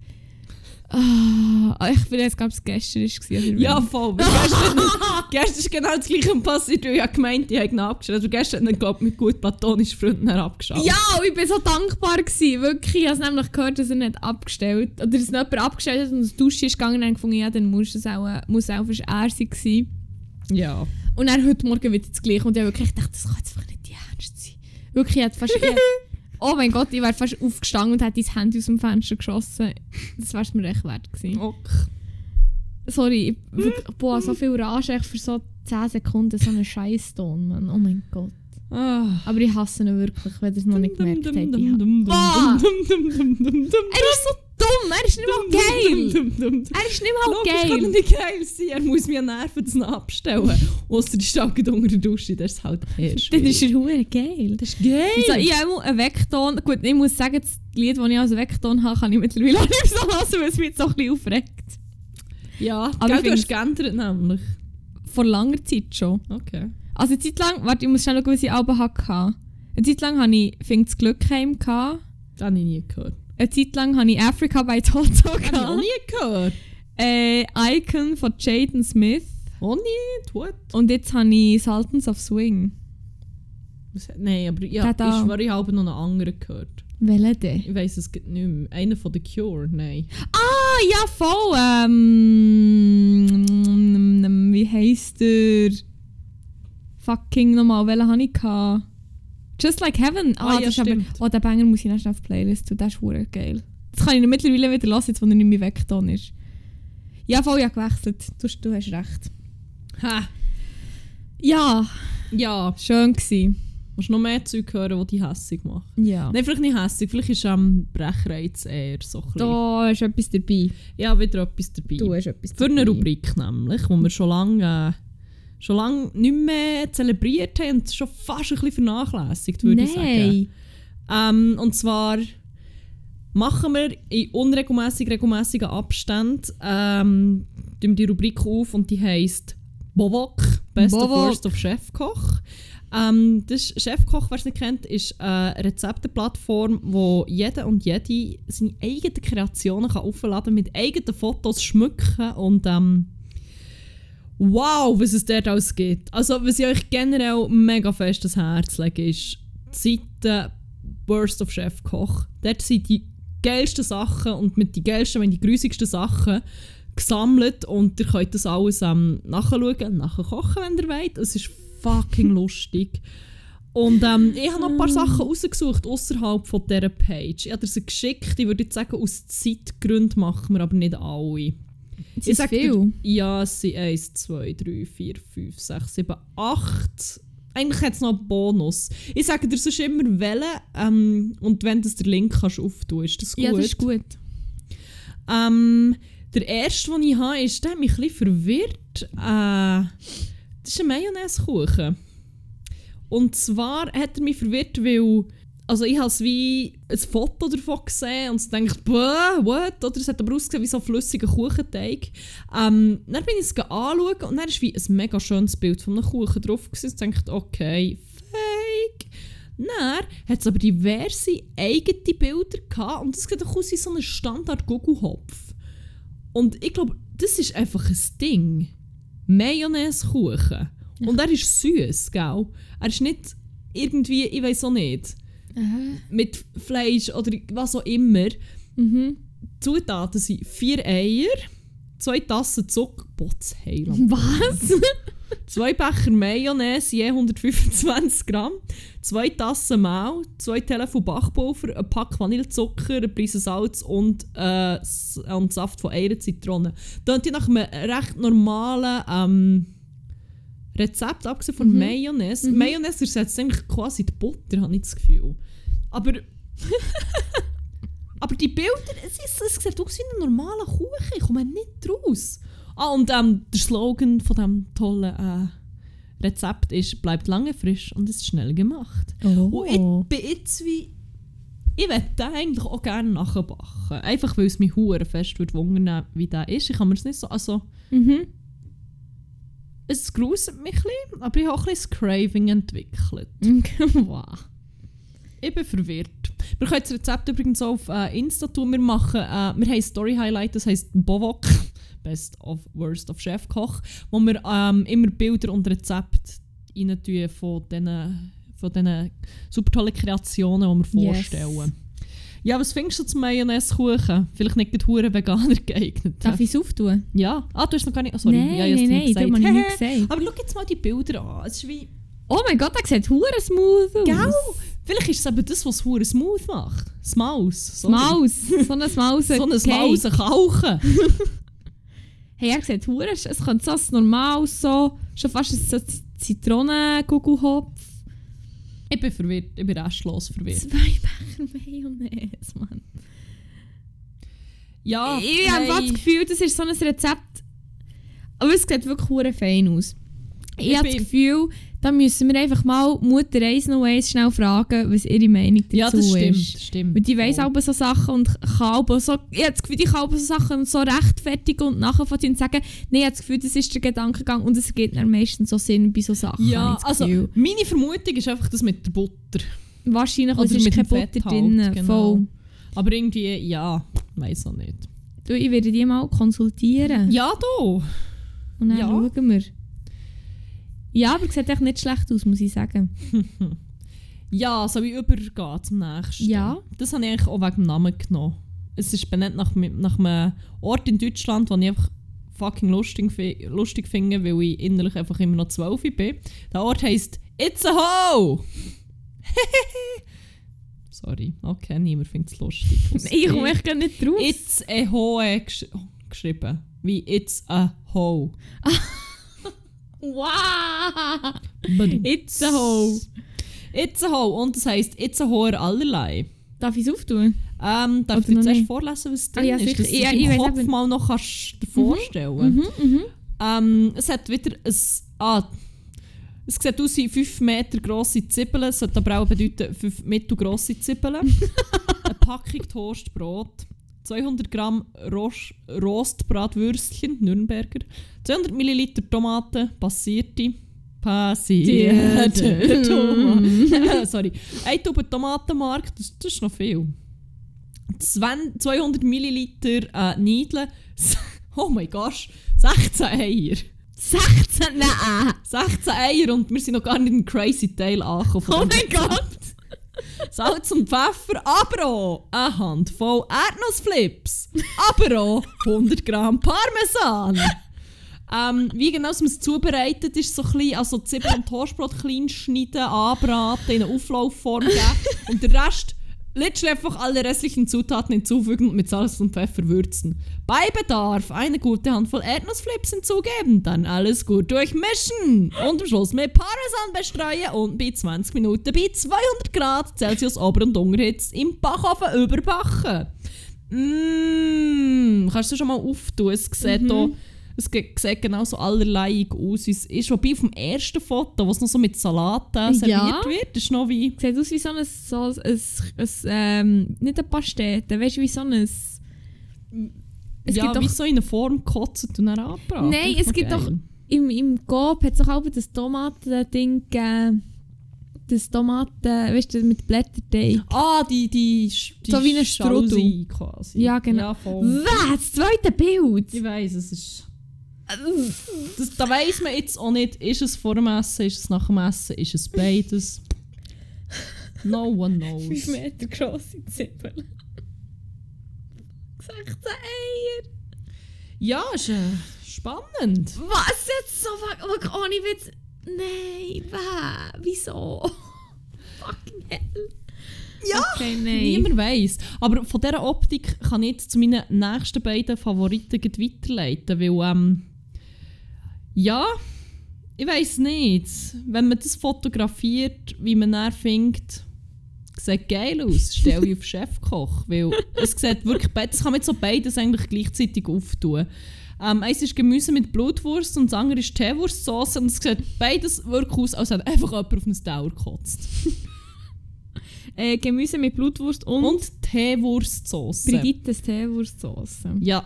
Speaker 2: ah, ich weiß gar nicht, ob es gestern war. oder
Speaker 1: Ja,
Speaker 2: wann.
Speaker 1: voll. weil Gestern, gestern ist genau das gleiche passiert, weil ich hab gemeint ich habe ihn abgeschaltet. Also gestern hat er, glaube ich, mit gut platonischen Freunden dann abgeschaltet.
Speaker 2: Ja, und ich war so dankbar. Gewesen. Wirklich, ich habe es nämlich gehört, dass er nicht abgestellt Oder dass jemand abgestellt hat und ins Duschen ist gegangen und dann gefunden, ja, dann muss es auch, äh, muss auch erst er sein.
Speaker 1: Ja.
Speaker 2: Und dann heute Morgen wieder das Gleiche. Und ich hab wirklich gedacht, das kann jetzt einfach nicht die Ernst sein. Wirklich, ich hätte fast... Ich hätte, oh mein Gott, ich wäre fast aufgestanden und hätte dein Handy aus dem Fenster geschossen. Das wär's mir echt wert gewesen.
Speaker 1: Ok.
Speaker 2: Sorry, ich, wirklich, boah, so viel Rage echt für so 10 Sekunden, so einen Scheißton, Mann. Oh mein Gott.
Speaker 1: Ah.
Speaker 2: Aber ich hasse ihn wirklich, wenn ihr es noch nicht gemerkt habt. Ich ha- Boah!
Speaker 1: Er
Speaker 2: Er ist so dumm, er ist nicht mal geil. Er ist nicht mal
Speaker 1: Logisch kann er
Speaker 2: geil.
Speaker 1: nicht geil sein, er muss mich nerven, das noch abstellen. Ausser die Stalke unter der Dusche, das ist halt eher
Speaker 2: Dann
Speaker 1: schwierig.
Speaker 2: ist er hure geil.
Speaker 1: Das ist geil!
Speaker 2: Ich, sag, ich habe immer einen Weckton. Gut, ich muss sagen, das Lied, das ich als Weckton habe, kann ich mittlerweile auch nicht mehr so hören, weil es mich so ein bisschen aufregt.
Speaker 1: ja,
Speaker 2: Aber
Speaker 1: aber
Speaker 2: ich
Speaker 1: du hast geändert nämlich.
Speaker 2: Vor langer Zeit schon.
Speaker 1: Okay.
Speaker 2: Also eine Zeit lang, warte, ich muss schnell schauen, was ich Alben hatte. Eine Zeit lang hatte ich «Fing das Glückheim». gehabt.
Speaker 1: Das habe ich nie gehört.
Speaker 2: Eine Zeit lang hatte ich «Africa» bei Toto.
Speaker 1: Das habe ich
Speaker 2: gehabt.
Speaker 1: auch nie gehört.
Speaker 2: Äh, «Icon» von Jaden Smith.
Speaker 1: Auch nicht, what?
Speaker 2: Und jetzt habe ich «Sultans of Swing».
Speaker 1: Was, nein, aber ich,
Speaker 2: Der
Speaker 1: hab- ich
Speaker 2: da.
Speaker 1: schwöre, ich habe noch einen anderen gehört.
Speaker 2: Welchen denn?
Speaker 1: Ich weiss es geht nicht mehr. Einer von The Cure, nein.
Speaker 2: Ah, ja, voll. Ähm, wie heisst der? Fucking nochmal, welchen hatte ich? gehabt? Just Like Heaven. Ah,
Speaker 1: Ah, ja,
Speaker 2: das ist aber,
Speaker 1: stimmt.
Speaker 2: oh, den Banger muss ich erst auf die Playlist tun. Der ist verdammt geil. Das kann ich ihn mittlerweile wieder lassen, jetzt, wo er nicht mehr weggetan ist. Ja, voll, ich habe gewechselt. Du, hast- du hast recht.
Speaker 1: Ha!
Speaker 2: Ja,
Speaker 1: Ja.
Speaker 2: schön gsi.
Speaker 1: Musst noch mehr Zeug hören, die dich hässig machen.
Speaker 2: Ja.
Speaker 1: Nein, vielleicht nicht hässig, vielleicht ist am Brechreiz eher so ein bisschen.
Speaker 2: Da ist etwas dabei.
Speaker 1: Ja, wieder etwas dabei.
Speaker 2: Du hast etwas
Speaker 1: Für eine
Speaker 2: dabei.
Speaker 1: Rubrik nämlich, die wir schon lange, äh, schon lange nicht mehr zelebriert haben und schon fast ein bisschen vernachlässigt, würde ich sagen.
Speaker 2: Nein.
Speaker 1: Ähm, und zwar machen wir in unregelmäßig regelmäßigen Abständen ähm, tun wir die Rubrik auf und die heisst Bovok, Best
Speaker 2: Bovok.
Speaker 1: of Worst of Chefkoch. Ähm, das ist- Chefkoch, wer es nicht kennt, ist eine Rezepteplattform, wo jeder und jede seine eigenen Kreationen kann aufladen kann, mit eigenen Fotos schmücken und ähm, Wow, was es dort alles gibt. Also, was ich euch generell mega fest ans Herz lege, ist die Seite Worst of Chef Koch. Dort sind die geilsten Sachen und mit den geilsten, wenn die grusigsten Sachen gesammelt und ihr könnt das alles ähm, nachschauen, nachkochen, wenn ihr wollt. Es ist fucking lustig. Und ähm, ich habe noch ein paar Sachen rausgesucht, außerhalb von dieser Page. Ich habe dir sie geschickt. Ich würde jetzt sagen, aus Zeitgründen machen wir aber nicht alle.
Speaker 2: Es
Speaker 1: Ich
Speaker 2: ist
Speaker 1: sag
Speaker 2: viel.
Speaker 1: dir- ja, es sind 1, 2, 3, 4, 5, 6, 7, 8. Eigentlich hat es noch einen Bonus. Ich sage dir sonst immer wählen ähm, und wenn du den Link kannst auftun ist das gut.
Speaker 2: Ja, das ist gut.
Speaker 1: Ähm, der erste, den ich habe, ist, der hat mich ein bisschen verwirrt. Äh, das ist ein Mayonnaise-Kuchen. Und zwar hat er mich verwirrt, weil also ich habe es wie ein Foto davon gesehen und dachte, «Bäh, what?» Oder es hat aber ausgesehen wie so ein flüssiger Kuchenteig. Ähm, dann bin ich es anschauen und dann war wie ein mega schönes Bild von einem Kuchen drauf. gewesen. Und dachte, okay, fake. Dann hat es aber diverse eigene Bilder gehabt und es sieht doch aus wie so ein Standard-Gugelhopf. Und ich glaube, das ist einfach ein Ding. Mayonnaise-Kuchen. Und er ist süß, gell? Er ist nicht irgendwie, ich weiß auch nicht, mit Fleisch oder was auch immer.
Speaker 2: Mhm.
Speaker 1: Zutaten sind vier Eier, zwei Tassen Zucker, Botz, Heiland.
Speaker 2: Was?
Speaker 1: Zwei Becher Mayonnaise, je 125 Gramm, zwei Tassen Mehl, zwei Teelöffel Backpulver, ein Pack Vanillezucker, eine Prise Salz und, äh, S- und Saft von Eier Zitrone. Klingt ja nach einem recht normalen ähm, Rezept, abgesehen von Mayonnaise. Mayonnaise ersetzt eigentlich quasi die Butter, habe ich das Gefühl. Aber... aber die Bilder, es, ist, es sieht aus wie ein normaler Kuchen, ich komme nicht raus. Ah, und ähm, der Slogan von diesem tollen äh, Rezept ist, bleibt lange frisch und ist schnell gemacht. Und
Speaker 2: Oh.
Speaker 1: ich bin jetzt wie... Ich möchte den eigentlich auch gerne nachbacken. Einfach, weil es mich hure fest würde wundern, wie der ist. Ich kann mir das nicht so... Also,
Speaker 2: Mhm.
Speaker 1: es gruselt mich ein bisschen, aber ich habe auch ein bisschen das Craving entwickelt.
Speaker 2: Mhm. wow.
Speaker 1: Ich bin verwirrt. Wir können das Rezept übrigens auch auf äh, Insta tun. Wir machen, äh, wir haben ein Story Highlight, das heisst Bovok, Best of Worst of Chefkoch, wo wir ähm, immer Bilder und Rezepte rein tun von diesen von diesen super tollen Kreationen, die wir
Speaker 2: Yes.
Speaker 1: vorstellen. Ja, was findest du zum Mayonnaise-Kuchen? Vielleicht nicht gerade hure Veganer geeignet.
Speaker 2: Darf ich es auftun?
Speaker 1: Ja. Ah, du hast noch gar nicht... Oh, sorry.
Speaker 2: Nein,
Speaker 1: ja, ich hab's
Speaker 2: nein,
Speaker 1: dir
Speaker 2: nein, darum habe ich nicht gesagt.
Speaker 1: Aber schau jetzt mal die Bilder an. Es ist wie...
Speaker 2: Oh mein Gott, der sieht hure smooth aus.
Speaker 1: Gell? Vielleicht ist es eben das, was es hure smooth macht. Das Maus. sorry.
Speaker 2: Maus. So ein Maus.
Speaker 1: So ein Maus, ein Kauchen.
Speaker 2: Hey, er sieht hure sch- Es könnte so ein normales so... Schon fast so Zitronen-Gugelhopf.
Speaker 1: Ich bin verwirrt, ich bin restlos verwirrt.
Speaker 2: Zwei Becher Mayonnaise, Mann.
Speaker 1: Ja,
Speaker 2: ich habe
Speaker 1: hey,
Speaker 2: fast das Gefühl, das ist so ein Rezept. Aber es sieht wirklich hure fein aus. Ich,
Speaker 1: Ich
Speaker 2: habe das
Speaker 1: bin-
Speaker 2: Gefühl, da müssen wir einfach mal Mutter Eis No Ways schnell fragen, was ihre Meinung dazu
Speaker 1: Ja, das stimmt.
Speaker 2: ist.
Speaker 1: Das stimmt.
Speaker 2: Weil die weiss
Speaker 1: Voll.
Speaker 2: auch so Sachen und kann auch so, ich habe das Gefühl, die kann auch so Sachen so rechtfertigen und nachvollziehen und sagen, nein, ich habe das Gefühl, das ist der Gedankengang und es gibt dann meistens so Sinn bei so Sachen.
Speaker 1: Ja,
Speaker 2: habe ich das
Speaker 1: also
Speaker 2: Gefühl.
Speaker 1: meine Vermutung ist einfach das mit der Butter.
Speaker 2: Wahrscheinlich, weil es
Speaker 1: oder
Speaker 2: ist
Speaker 1: mit
Speaker 2: keine
Speaker 1: dem
Speaker 2: Butter
Speaker 1: Fett halt,
Speaker 2: drin.
Speaker 1: genau.
Speaker 2: Voll.
Speaker 1: Aber irgendwie, ja, weiß auch nicht.
Speaker 2: Du, ich werde die mal konsultieren.
Speaker 1: Ja, du.
Speaker 2: Und dann
Speaker 1: Ja.
Speaker 2: schauen wir. Ja, aber sieht echt nicht schlecht aus, muss ich sagen.
Speaker 1: Ja, so wie übergehen zum nächsten.
Speaker 2: Ja.
Speaker 1: Das habe ich eigentlich auch wegen dem Namen genommen. Es ist benannt nach, mi- nach einem Ort in Deutschland, den ich einfach fucking lustig, fi- lustig finde, weil ich innerlich einfach immer noch 12 bin. Der Ort heisst It's a Hole! Sorry, okay, niemand findet es lustig. ausser
Speaker 2: Ich komme echt gar nicht drauf.
Speaker 1: It's a Hoe gesch geschrieben. Wie It's a Hole.
Speaker 2: wow! It's a Hole.
Speaker 1: It's a Hole. Und das heisst It's a Hole allerlei.
Speaker 2: Darf ich es auftun?
Speaker 1: Ähm, darf
Speaker 2: Oder
Speaker 1: ich dir
Speaker 2: noch
Speaker 1: zuerst
Speaker 2: nicht?
Speaker 1: vorlesen, was
Speaker 2: Ah,
Speaker 1: drin
Speaker 2: ja,
Speaker 1: ist,
Speaker 2: sicher.
Speaker 1: dass du ja,
Speaker 2: Ja, ich
Speaker 1: im
Speaker 2: weiss
Speaker 1: Kopf
Speaker 2: eben-
Speaker 1: mal noch kannst dir vorstellen
Speaker 2: Mhm, mhm.
Speaker 1: ähm, Es hat wieder ein... Ah, es sieht aus wie 5 Meter grosse Zwiebeln, es sollte aber auch bedeuten 5 mittelgrosse Zwiebeln. Eine Packung Toastbrot, 200 Gramm Rost, Rostbratwürstchen, Nürnberger, 200 Milliliter Tomaten, passierte... Passierte Tomaten. Sorry. Ein Tube Tomatenmark, das, das ist noch viel. 20, 200 Milliliter äh, Niedeln. Oh mein Gott, 16 Eier.
Speaker 2: 16, nein!
Speaker 1: 16 Eier und wir sind noch gar nicht im Crazy Tail angekommen. von
Speaker 2: Oh
Speaker 1: dem
Speaker 2: mein
Speaker 1: Rezept. Salz und Pfeffer, aber auch eine Handvoll Erdnussflips, aber auch 100 Gramm Parmesan. Ähm, wie genau es man's zubereitet ist, so klein, also Zwiebeln und Toastbrot klein schneiden, anbraten, in eine Auflaufform geben und der Rest letztlich einfach alle restlichen Zutaten hinzufügen und mit Salz und Pfeffer würzen. Bei Bedarf eine gute Handvoll Erdnussflips hinzugeben, dann alles gut durchmischen und am Schluss mit Parmesan bestreuen und bei 20 Minuten bei 200 Grad Celsius Ober- und Unterhitze im Backofen überbacken. Mmm, kannst du schon mal auftun? Es sieht
Speaker 2: Mhm.
Speaker 1: auch, es ge- sieht genau so allerlei aus. Es ist wobei auf dem ersten Foto, was noch so mit Salat äh, serviert
Speaker 2: Ja.
Speaker 1: wird, ist noch wie...
Speaker 2: Sieht aus wie so ein, so ein, ein ähm, nicht eine Pastete, weißt du, wie so ein... Es
Speaker 1: ja,
Speaker 2: gibt
Speaker 1: wie
Speaker 2: doch...
Speaker 1: so in eine Form gekotzt und dann angebraten.
Speaker 2: Nein,
Speaker 1: Ist
Speaker 2: es gibt
Speaker 1: geil.
Speaker 2: doch... Im, im Coop hat es doch auch das Tomaten-Ding gegeben. Das Tomaten... Weißt du, mit Blätterteig.
Speaker 1: Ah, die, die, Sch- die
Speaker 2: So wie eine
Speaker 1: Jalousie
Speaker 2: Strudel.
Speaker 1: quasi.
Speaker 2: Ja, genau.
Speaker 1: Ja, voll.
Speaker 2: Was? Das zweite Bild?
Speaker 1: Ich weiss, es ist... Das, da weiss man jetzt auch nicht, ist es vor dem Essen, ist es nach dem Essen, ist es beides. No one knows.
Speaker 2: Meter grosse Zippel. 16 Eier!
Speaker 1: Ja, ist äh, spannend.
Speaker 2: Was jetzt so fuck? oh, fuck, Ohne Witz. Nein, wä? Wieso? Fucking hell. Ja! Okay, nein.
Speaker 1: Niemand weiß. Aber von dieser Optik kann ich jetzt zu meinen nächsten beiden Favoriten gleich weiterleiten, weil ähm, ja, ich weiß nicht, wenn man das fotografiert, wie man dann findet, sieht geil aus, stell dich auf Chefkoch, weil es sieht wirklich, be- das kann man jetzt so beides eigentlich gleichzeitig auftun. Ähm, eins ist Gemüse mit Blutwurst und das andere ist Teewurstsauce und es sieht beides wirklich aus, als hätte einfach jemand auf einen Tower gekotzt.
Speaker 2: Äh, Gemüse mit Blutwurst und,
Speaker 1: Und Teewurstsauce.
Speaker 2: Brigittes Teewurstsauce.
Speaker 1: Ja,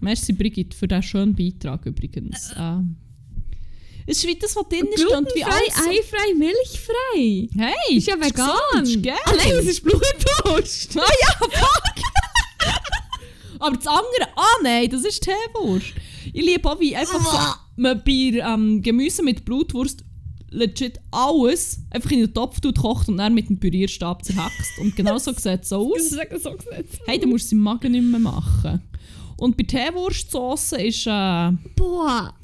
Speaker 1: merci Brigitte für diesen schönen Beitrag übrigens.
Speaker 2: Äh.
Speaker 1: Ähm, es ist wie das, was drin stand, wie alles.
Speaker 2: Glutenfrei, eifrei, milchfrei.
Speaker 1: Hey!
Speaker 2: Ist ja vegan.
Speaker 1: gesund, ist geil.
Speaker 2: Allein, es ist Blutwurst.
Speaker 1: Ah ja, fuck! Aber das andere, ah nein, das ist Teewurst. Ich liebe auch, wie einfach
Speaker 2: Ah.
Speaker 1: so, man bei ähm, Gemüse mit Blutwurst legit alles einfach in den Topf tut, kocht und dann mit dem Pürierstab zerhackst. Und genau so sieht es aus.
Speaker 2: ist so gesetzt.
Speaker 1: Hey, dann musst du es im Magen nicht mehr machen. Und bei Teewurstsauce ist, äh, ja,
Speaker 2: Boah.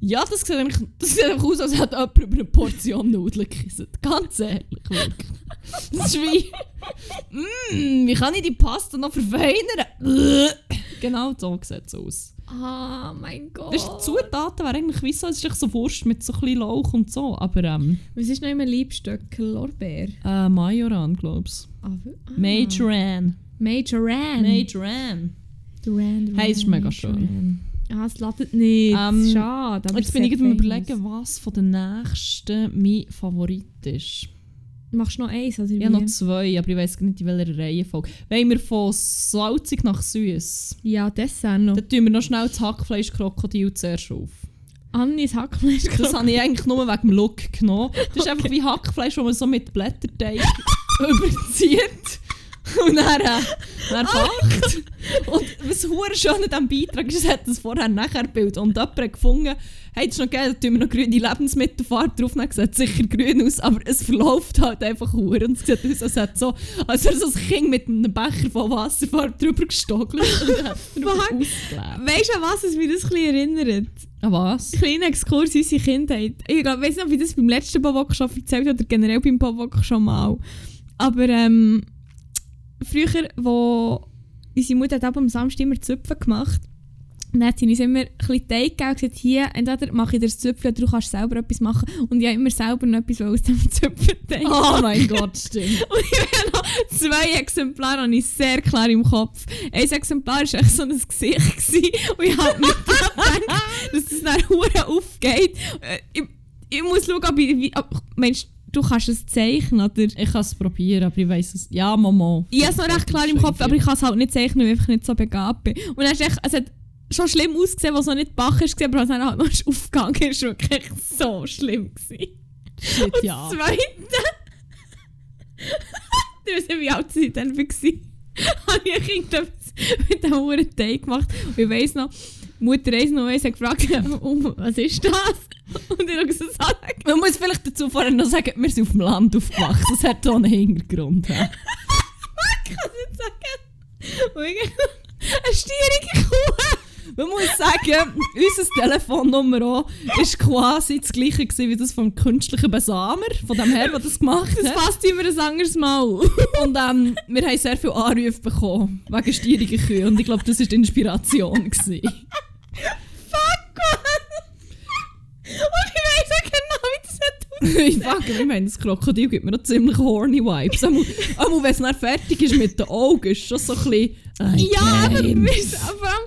Speaker 1: das sieht, nämlich, das sieht einfach aus, als hätte jemand über eine Portion Nudeln gegessen. Ganz ehrlich, wirklich. Das ist wie, mm, wie kann ich die Pasta noch verfeinern? genau so sieht es aus.
Speaker 2: Ah, mein Gott.
Speaker 1: Weißt, du, die Zutaten wären eigentlich wie so, es ist echt so Wurst mit so ein bisschen Lauch und so, aber ähm,
Speaker 2: Was ist noch immer Liebstöckel? Lorbeer?
Speaker 1: äh, Majoran, glaubst
Speaker 2: Ah, w- ah. Mm.
Speaker 1: du? Majoran.
Speaker 2: Majoran.
Speaker 1: Majoran.
Speaker 2: Duran,
Speaker 1: Hey, es ist mega schön.
Speaker 2: Ah, es ladet nicht.
Speaker 1: Ähm,
Speaker 2: Schade. Aber
Speaker 1: Jetzt
Speaker 2: es
Speaker 1: bin ich
Speaker 2: sieht
Speaker 1: gerade am
Speaker 2: fein
Speaker 1: überlegen, was von den nächsten mein Favorit ist.
Speaker 2: aus. Machst du noch eins? Oder
Speaker 1: Ich
Speaker 2: wie?
Speaker 1: habe noch zwei, aber ich weiß nicht, in welcher Reihenfolge. Wollen wir von salzig nach süß?
Speaker 2: ja, Dessert noch.
Speaker 1: Dann tun wir noch schnell das Hackfleisch-Krokodil zuerst auf.
Speaker 2: Annis Hackfleisch.
Speaker 1: Das habe ich eigentlich nur wegen dem Look genommen. Das ist einfach wie Hackfleisch, das man so mit Blätterteig überzieht. Und dann, äh, dann backt. Und was hure schön an diesem Beitrag ist, es hat das Vorher-Nachher-Bild. Und jemand hat gefunden, hey, das ist noch geil, da tun wir noch grüne Lebensmittelfarbe drauf. Dann sieht es sicher grün aus, aber es verläuft halt einfach hure Und es sieht aus, als hätte so, als wäre so ein Kind mit einem Becher von Wasserfarbe drüber gestogelt und hat drüber
Speaker 2: Fuck.
Speaker 1: ausgelebt.
Speaker 2: Weißt du, an was es mich das ein bisschen erinnert?
Speaker 1: An was?
Speaker 2: Ein kleiner Exkurs in unsere Kindheit. Ich glaube, weiß nicht, ob ich das beim letzten Babok schon erzählt habe oder generell beim Babok schon mal. Aber ähm, früher, wo unsere Mutter hat eben am Samstag immer Zöpfe gemacht. Und dann hat sie uns immer ein bisschen Teig gegeben und gesagt, hier, entweder mache ich dir das Zöpfchen oder du kannst selber etwas machen. Und ich habe immer selber noch etwas aus dem Zöpfenteig.
Speaker 1: Oh mein Gott, stimmt.
Speaker 2: Und ich habe noch zwei Exemplare habe ich sehr klar im Kopf. Ein Exemplar war echt so ein Gesicht. Gewesen, und ich habe nicht daran gedacht, dass das nach Huren aufgeht. Äh, Ich, ich muss schauen, ob ich. Wie, ob, meinst du, du kannst es zeichnen, oder?
Speaker 1: Ich kann es probieren, aber ich weiß es. Ja, Mama.
Speaker 2: Ich habe es noch recht klar im Kopf, aber ich kann es halt nicht zeichnen, weil ich einfach nicht so begabt bin. Und dann ist echt, es hat schon schlimm ausgesehen, was noch nicht gebacken ist, aber als es dann halt noch ist aufgegangen ist, war wirklich so schlimm. Gewesen.
Speaker 1: Shit, ja.
Speaker 2: Das zweite. du weißt nicht, wie alt sie dann war. Habe ich irgendetwas mit diesem Huren Teig gemacht. Und ich weiss noch, Mutter eins noch eins hat gefragt, «Um, was ist das? Und ich habe gesagt, «Salak.»
Speaker 1: Man muss vielleicht dazu vorher noch sagen, wir sind auf dem Land aufgewachsen. Das hat auch einen Hintergrund. hä?
Speaker 2: Ich kann es nicht sagen. Und ich- Eine stierige Kuh.
Speaker 1: Man muss sagen, unsere Telefonnummer auch ist quasi das gleiche gewesen wie das vom künstlichen Besamer, von dem Herr, der das gemacht
Speaker 2: Das
Speaker 1: hat.
Speaker 2: passt immer ein anderes Mal.
Speaker 1: Und ähm, wir haben sehr viele Anrufe bekommen wegen stierigen Kühe. Und ich glaube, das war die Inspiration. Gewesen.
Speaker 2: Fuck, Und ich weiss auch genau, wie das hat
Speaker 1: ich frage mich, ich meine, das Krokodil gibt mir noch ziemlich horny Vibes. Einmal, einmal wenn es dann fertig ist mit den Augen, ist es schon so ein bisschen... äh, I
Speaker 2: Ja, aber
Speaker 1: came.
Speaker 2: weißt du, vor allem,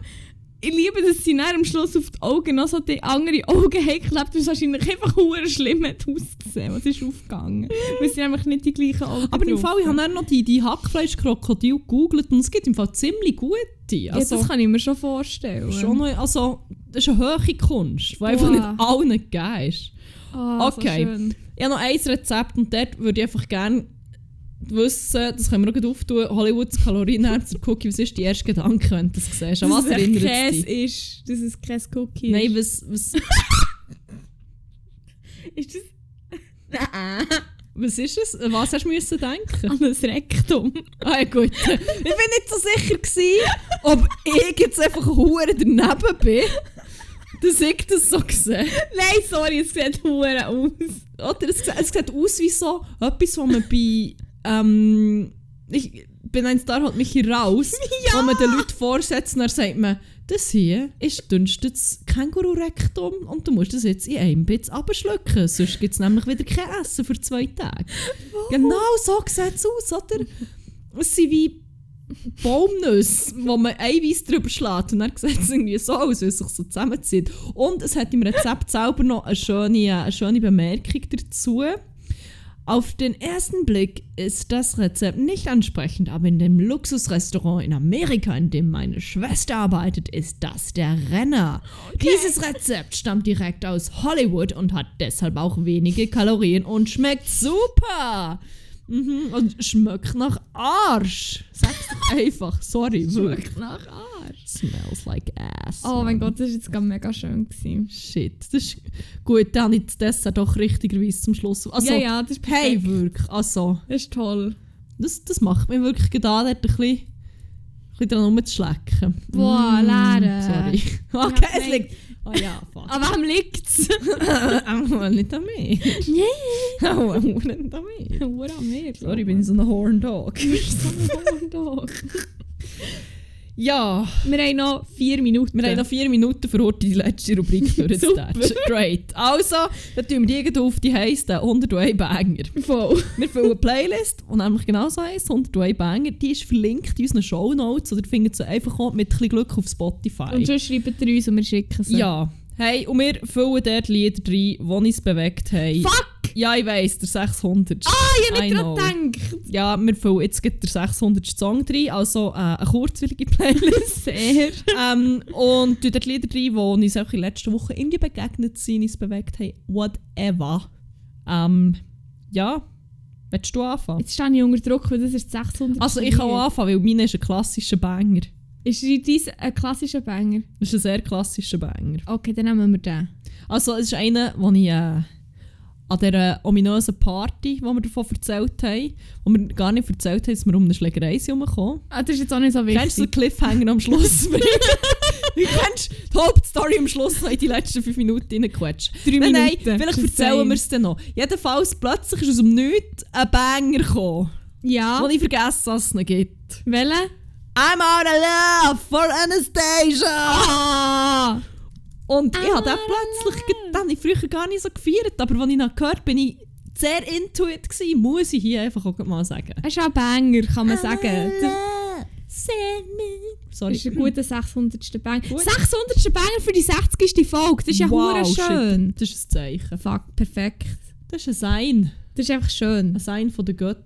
Speaker 2: ich liebe, dass sie dann am Schluss auf die Augen noch so die andere Augen hingeklebt haben, was wahrscheinlich einfach hure schlimm hat ausgesehen, was ist aufgegangen. Weil sie nämlich nicht die gleichen Augen
Speaker 1: Aber im
Speaker 2: drauf
Speaker 1: Fall, ich habe
Speaker 2: haben.
Speaker 1: dann noch die, die Hackfleischkrokodil gegoogelt und es gibt im Fall ziemlich gute. Also,
Speaker 2: ja, das kann ich mir schon vorstellen.
Speaker 1: schon noch, also, das ist eine hohe Kunst, die einfach
Speaker 2: Wow.
Speaker 1: nicht allen gegeben ist.
Speaker 2: Ah,
Speaker 1: Okay.
Speaker 2: So schön.
Speaker 1: Ich habe noch ein Rezept und dort würde ich einfach gerne wissen, das können wir auch gleich auftun, Hollywoods Kalorienherz und Cookie, was ist dein erster Gedanke, wenn du das siehst? An was
Speaker 2: dass es ein
Speaker 1: erinnert es
Speaker 2: Käse
Speaker 1: dich?
Speaker 2: ist, dass es kein Cookie
Speaker 1: Nein, was, was,
Speaker 2: ist. Ist das... Nein.
Speaker 1: was ist es? An was hast du müssen denken?
Speaker 2: An ein Rektum.
Speaker 1: Ah ja, gut. Ich bin nicht so sicher, gewesen, ob ich jetzt einfach hure daneben bin, dass ich das so sehe.
Speaker 2: Nein, sorry, es sieht hure aus.
Speaker 1: Oder es, sieht- es sieht aus wie so etwas, was man bei. Ähm, ich, bei Nine Star holt mich hier raus, wo man den Leuten vorsetzt und dann sagt man, das hier ist dünnstes Känguru-Rektum und du musst das jetzt in einem Bitz abschlucken, sonst gibt es nämlich wieder kein Essen für zwei Tage. Genau so sieht es aus, oder? Es sind wie Baumnüsse, wo man Eiweiß drüber schlägt und dann sieht es irgendwie so aus, wie es sich so zusammenzieht. Und es hat im Rezept selber noch eine schöne, eine schöne Bemerkung dazu. Auf den ersten Blick ist das Rezept nicht ansprechend, aber in dem Luxusrestaurant in Amerika, in dem meine Schwester arbeitet, ist das der Renner. Dieses Rezept stammt direkt aus Hollywood und hat deshalb auch wenige Kalorien und schmeckt super. Mhm, und schmeckt nach Arsch. Sag's doch einfach, sorry. wirklich.
Speaker 2: Schmeckt nach Arsch.
Speaker 1: Smells like ass.
Speaker 2: Oh mein Gott, das war jetzt gerade mega schön. Gewesen.
Speaker 1: Shit, das ist gut, dann habe ich das Dessert doch richtigerweise zum Schluss. Also,
Speaker 2: ja, ja, das ist
Speaker 1: hey,
Speaker 2: perfekt.
Speaker 1: wirklich, also.
Speaker 2: Das ist toll.
Speaker 1: Das, das macht mir wirklich gedacht, ein bisschen, ein bisschen dran rumzuschlecken. Mm,
Speaker 2: Boah, Lara.
Speaker 1: Sorry.
Speaker 2: hab
Speaker 1: Okay, es
Speaker 2: gemeint-
Speaker 1: liegt... Oh ja, fuck.
Speaker 2: Aber wem liegt's? Ah.
Speaker 1: Aber nicht an mir. Nee. Aber nicht an mir.
Speaker 2: Ura, mehr.
Speaker 1: Sorry, ich bin so ein Horn Dog.
Speaker 2: Doch.
Speaker 1: ja,
Speaker 2: Wir haben noch vier Minuten.
Speaker 1: wir haben noch vier Minuten für heute die letzte Rubrik durchzutatschen. Great. Also, dann tun wir die gleich auf, die heisst äh, 101 Banger.
Speaker 2: voll.
Speaker 1: Wir füllen eine Playlist und nämlich genau so eins, 101 Banger, die ist verlinkt in unseren Shownotes oder findet sie einfach auch mit ein bisschen Glück auf Spotify.
Speaker 2: Und sonst schreibt ihr uns und wir schicken sie.
Speaker 1: Ja. Hey, und wir füllen dort Lieder rein, die uns bewegt haben.
Speaker 2: Fuck!
Speaker 1: Ja, ich weiss, der 600.
Speaker 2: Ah, ich hab
Speaker 1: I
Speaker 2: nicht
Speaker 1: know.
Speaker 2: dran gedacht.
Speaker 1: Ja, wir füllen jetzt gibt der 600. Song rein, also äh, eine kurzwillige Playlist.
Speaker 2: Sehr.
Speaker 1: ähm, und tun dort Lieder rein, die uns auch in letzter Woche irgendwie begegnet sind, uns bewegt haben. Whatever. Ähm, ja, willst du anfangen?
Speaker 2: Jetzt stehe ich unter Druck, weil das ist 600.
Speaker 1: Also ich kann auch anfangen, weil meine ist ein klassischer Banger.
Speaker 2: Ist dies ein äh, klassischer Banger?
Speaker 1: Das ist ein sehr klassischer Banger.
Speaker 2: Okay, dann nehmen wir den.
Speaker 1: Also es ist einer, wo ich äh, an dieser ominösen Party, wo wir davon erzählt haben, wo wir gar nicht erzählt haben, dass wir um eine Schlägerei herumgekommen
Speaker 2: Ah, das ist jetzt auch nicht so
Speaker 1: Kennst du den
Speaker 2: wichtig.
Speaker 1: Cliffhanger am Schluss? Wie kennst du die Hauptstory am Schluss noch in die letzten fünf Minuten reingequetscht?
Speaker 2: Drei
Speaker 1: Nein, nein,
Speaker 2: Minuten.
Speaker 1: vielleicht
Speaker 2: Das ist
Speaker 1: erzählen
Speaker 2: fein.
Speaker 1: wir es dann noch. Jedenfalls, plötzlich ist aus dem Nichts ein Banger gekommen, wo
Speaker 2: Ja.
Speaker 1: ich vergessen, dass es ihn gibt.
Speaker 2: Welchen?
Speaker 1: I'm out of love for Anastasia! Und ich habe den
Speaker 2: Ah.
Speaker 1: plötzlich, ge- den habe ich früher gar nicht so gefeiert, aber als ich ihn gehört habe, bin ich sehr into it gewesen, muss ich hier einfach auch mal sagen.
Speaker 2: Er ist auch ein Banger, kann
Speaker 1: Ah.
Speaker 2: man sagen. Das
Speaker 1: Sorry.
Speaker 2: ist ein guter 600. Banger.
Speaker 1: Gut.
Speaker 2: 600. Banger für die 60. Folge. Das ist ja wow,
Speaker 1: shit.
Speaker 2: schön.
Speaker 1: Das ist ein Zeichen.
Speaker 2: Fuck, perfekt.
Speaker 1: Das ist ein Sein.
Speaker 2: Das ist einfach schön.
Speaker 1: Ein Sein von den Göttern.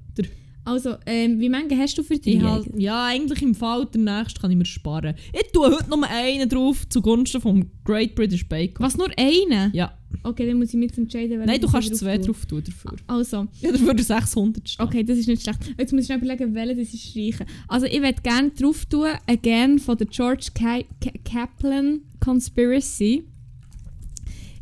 Speaker 2: Also, ähm, wie viele hast du für dich?
Speaker 1: Ich halt, ja, eigentlich im Fall der nächsten kann ich mir sparen. Ich tue heute noch einen drauf zugunsten vom Great British Bake Off.
Speaker 2: Was, nur einen?
Speaker 1: Ja.
Speaker 2: Okay, dann muss ich mit entscheiden, welchen
Speaker 1: Nein, du
Speaker 2: ich
Speaker 1: kannst
Speaker 2: drauf
Speaker 1: zwei
Speaker 2: tue.
Speaker 1: drauf tun dafür.
Speaker 2: Also,
Speaker 1: Ja, dafür der 600 stehen.
Speaker 2: okay, das ist nicht schlecht. Jetzt muss ich noch überlegen, welchen das ist streichen. Also, ich würde gerne drauf tun, «Again» von der George Ka Ka Kaplan «Conspiracy».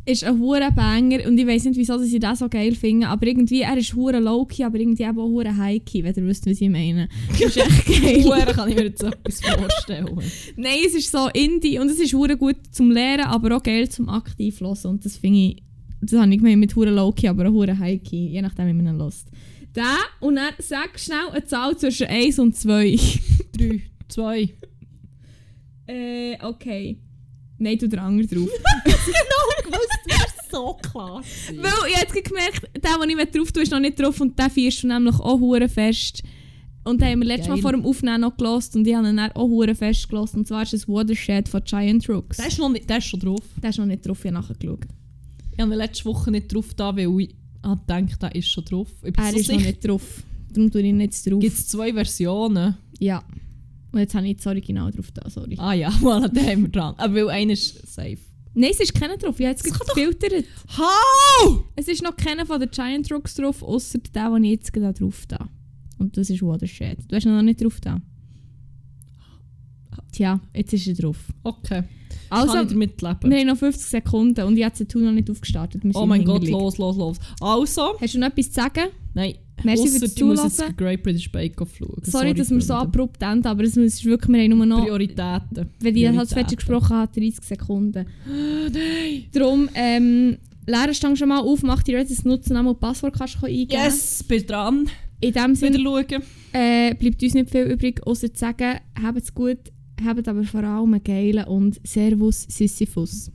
Speaker 2: Ist ein hure Banger und ich weiß nicht, wieso dass ich das so geil finde, aber irgendwie, er ist hure low-key, aber irgendwie eben auch hure high-key, wenn ihr wisst, was ich meine. Das ist echt geil.
Speaker 1: Huere kann ich mir jetzt etwas vorstellen.
Speaker 2: Nein, es ist so Indie und es ist hure gut zum Lehren, aber auch geil zum aktiv hören. Und das finde ich, das habe ich gemeint mit hure low-key, aber auch hure high-key, je nachdem, wie man ihn hört. Da und dann sag schnell eine Zahl zwischen 1 und 2.
Speaker 1: 3, 2.
Speaker 2: äh, okay. Nein, du der andere drauf.
Speaker 1: So klar.
Speaker 2: Weil ich habe jetzt gemerkt, der, den ich drauf tue, ist noch nicht drauf und den feierst du nämlich auch hure fest. Und den haben wir letztes Mal
Speaker 1: Geil.
Speaker 2: vor dem Aufnehmen noch gelost und ich habe ihn dann auch hure fest gelost. Und zwar ist es Watershed von Giant Rooks.
Speaker 1: Der ist, noch nicht, der ist schon drauf.
Speaker 2: Der ist noch nicht drauf, ich habe nachgeschaut.
Speaker 1: Ich habe ihn letzte Woche nicht drauf da, weil ich habe gedacht, der ist schon drauf. Ich bin
Speaker 2: Ah, Er
Speaker 1: so
Speaker 2: ist noch
Speaker 1: sicher.
Speaker 2: nicht drauf. Darum tue ich ihn jetzt drauf.
Speaker 1: Gibt es zwei Versionen?
Speaker 2: Ja. Und jetzt habe ich das Original drauf da, sorry.
Speaker 1: Ah ja, voilà, den haben wir dran. Aber weil einer ist safe.
Speaker 2: Nein, es ist keiner drauf. Ich habe jetzt
Speaker 1: Das
Speaker 2: gerade gefiltert.
Speaker 1: How?
Speaker 2: Es ist noch keiner von den Giant Rocks drauf, außer der, den ich jetzt gerade drauf da. Und das ist Watershed. Du hast ihn noch nicht drauf da. Tja, jetzt ist er drauf.
Speaker 1: Okay. Also, Kann ich
Speaker 2: Also,
Speaker 1: damit leben?
Speaker 2: wir haben noch 50 Sekunden und ich habe den Tool noch nicht aufgestartet. Wir
Speaker 1: Oh
Speaker 2: sind
Speaker 1: mein Gott,
Speaker 2: hinterlegt.
Speaker 1: los, los, los. Also,
Speaker 2: Hast du noch etwas zu sagen?
Speaker 1: nein.
Speaker 2: Merci
Speaker 1: Ausser,
Speaker 2: fürs
Speaker 1: ich muss jetzt
Speaker 2: Zuhören.
Speaker 1: den Great British Bake Off schauen.
Speaker 2: Sorry, dass wir so
Speaker 1: Freunde.
Speaker 2: abrupt enden, aber es ist wirklich, wir haben nur noch,
Speaker 1: Prioritäten.
Speaker 2: wenn ich das
Speaker 1: Prioritäten.
Speaker 2: fertig gesprochen habe, 30 Sekunden.
Speaker 1: Oh, nein.
Speaker 2: Darum, ähm, Lehrer, stang schon mal auf, mach die Reddits nutzen, und Passwort kannst du eingeben.
Speaker 1: Yes, bin dran.
Speaker 2: in dem
Speaker 1: wieder
Speaker 2: Sinne
Speaker 1: schauen.
Speaker 2: äh, bleibt uns nicht viel übrig, außer zu sagen, habt's gut, habt aber vor allem einen geilen und Servus Sisyphus.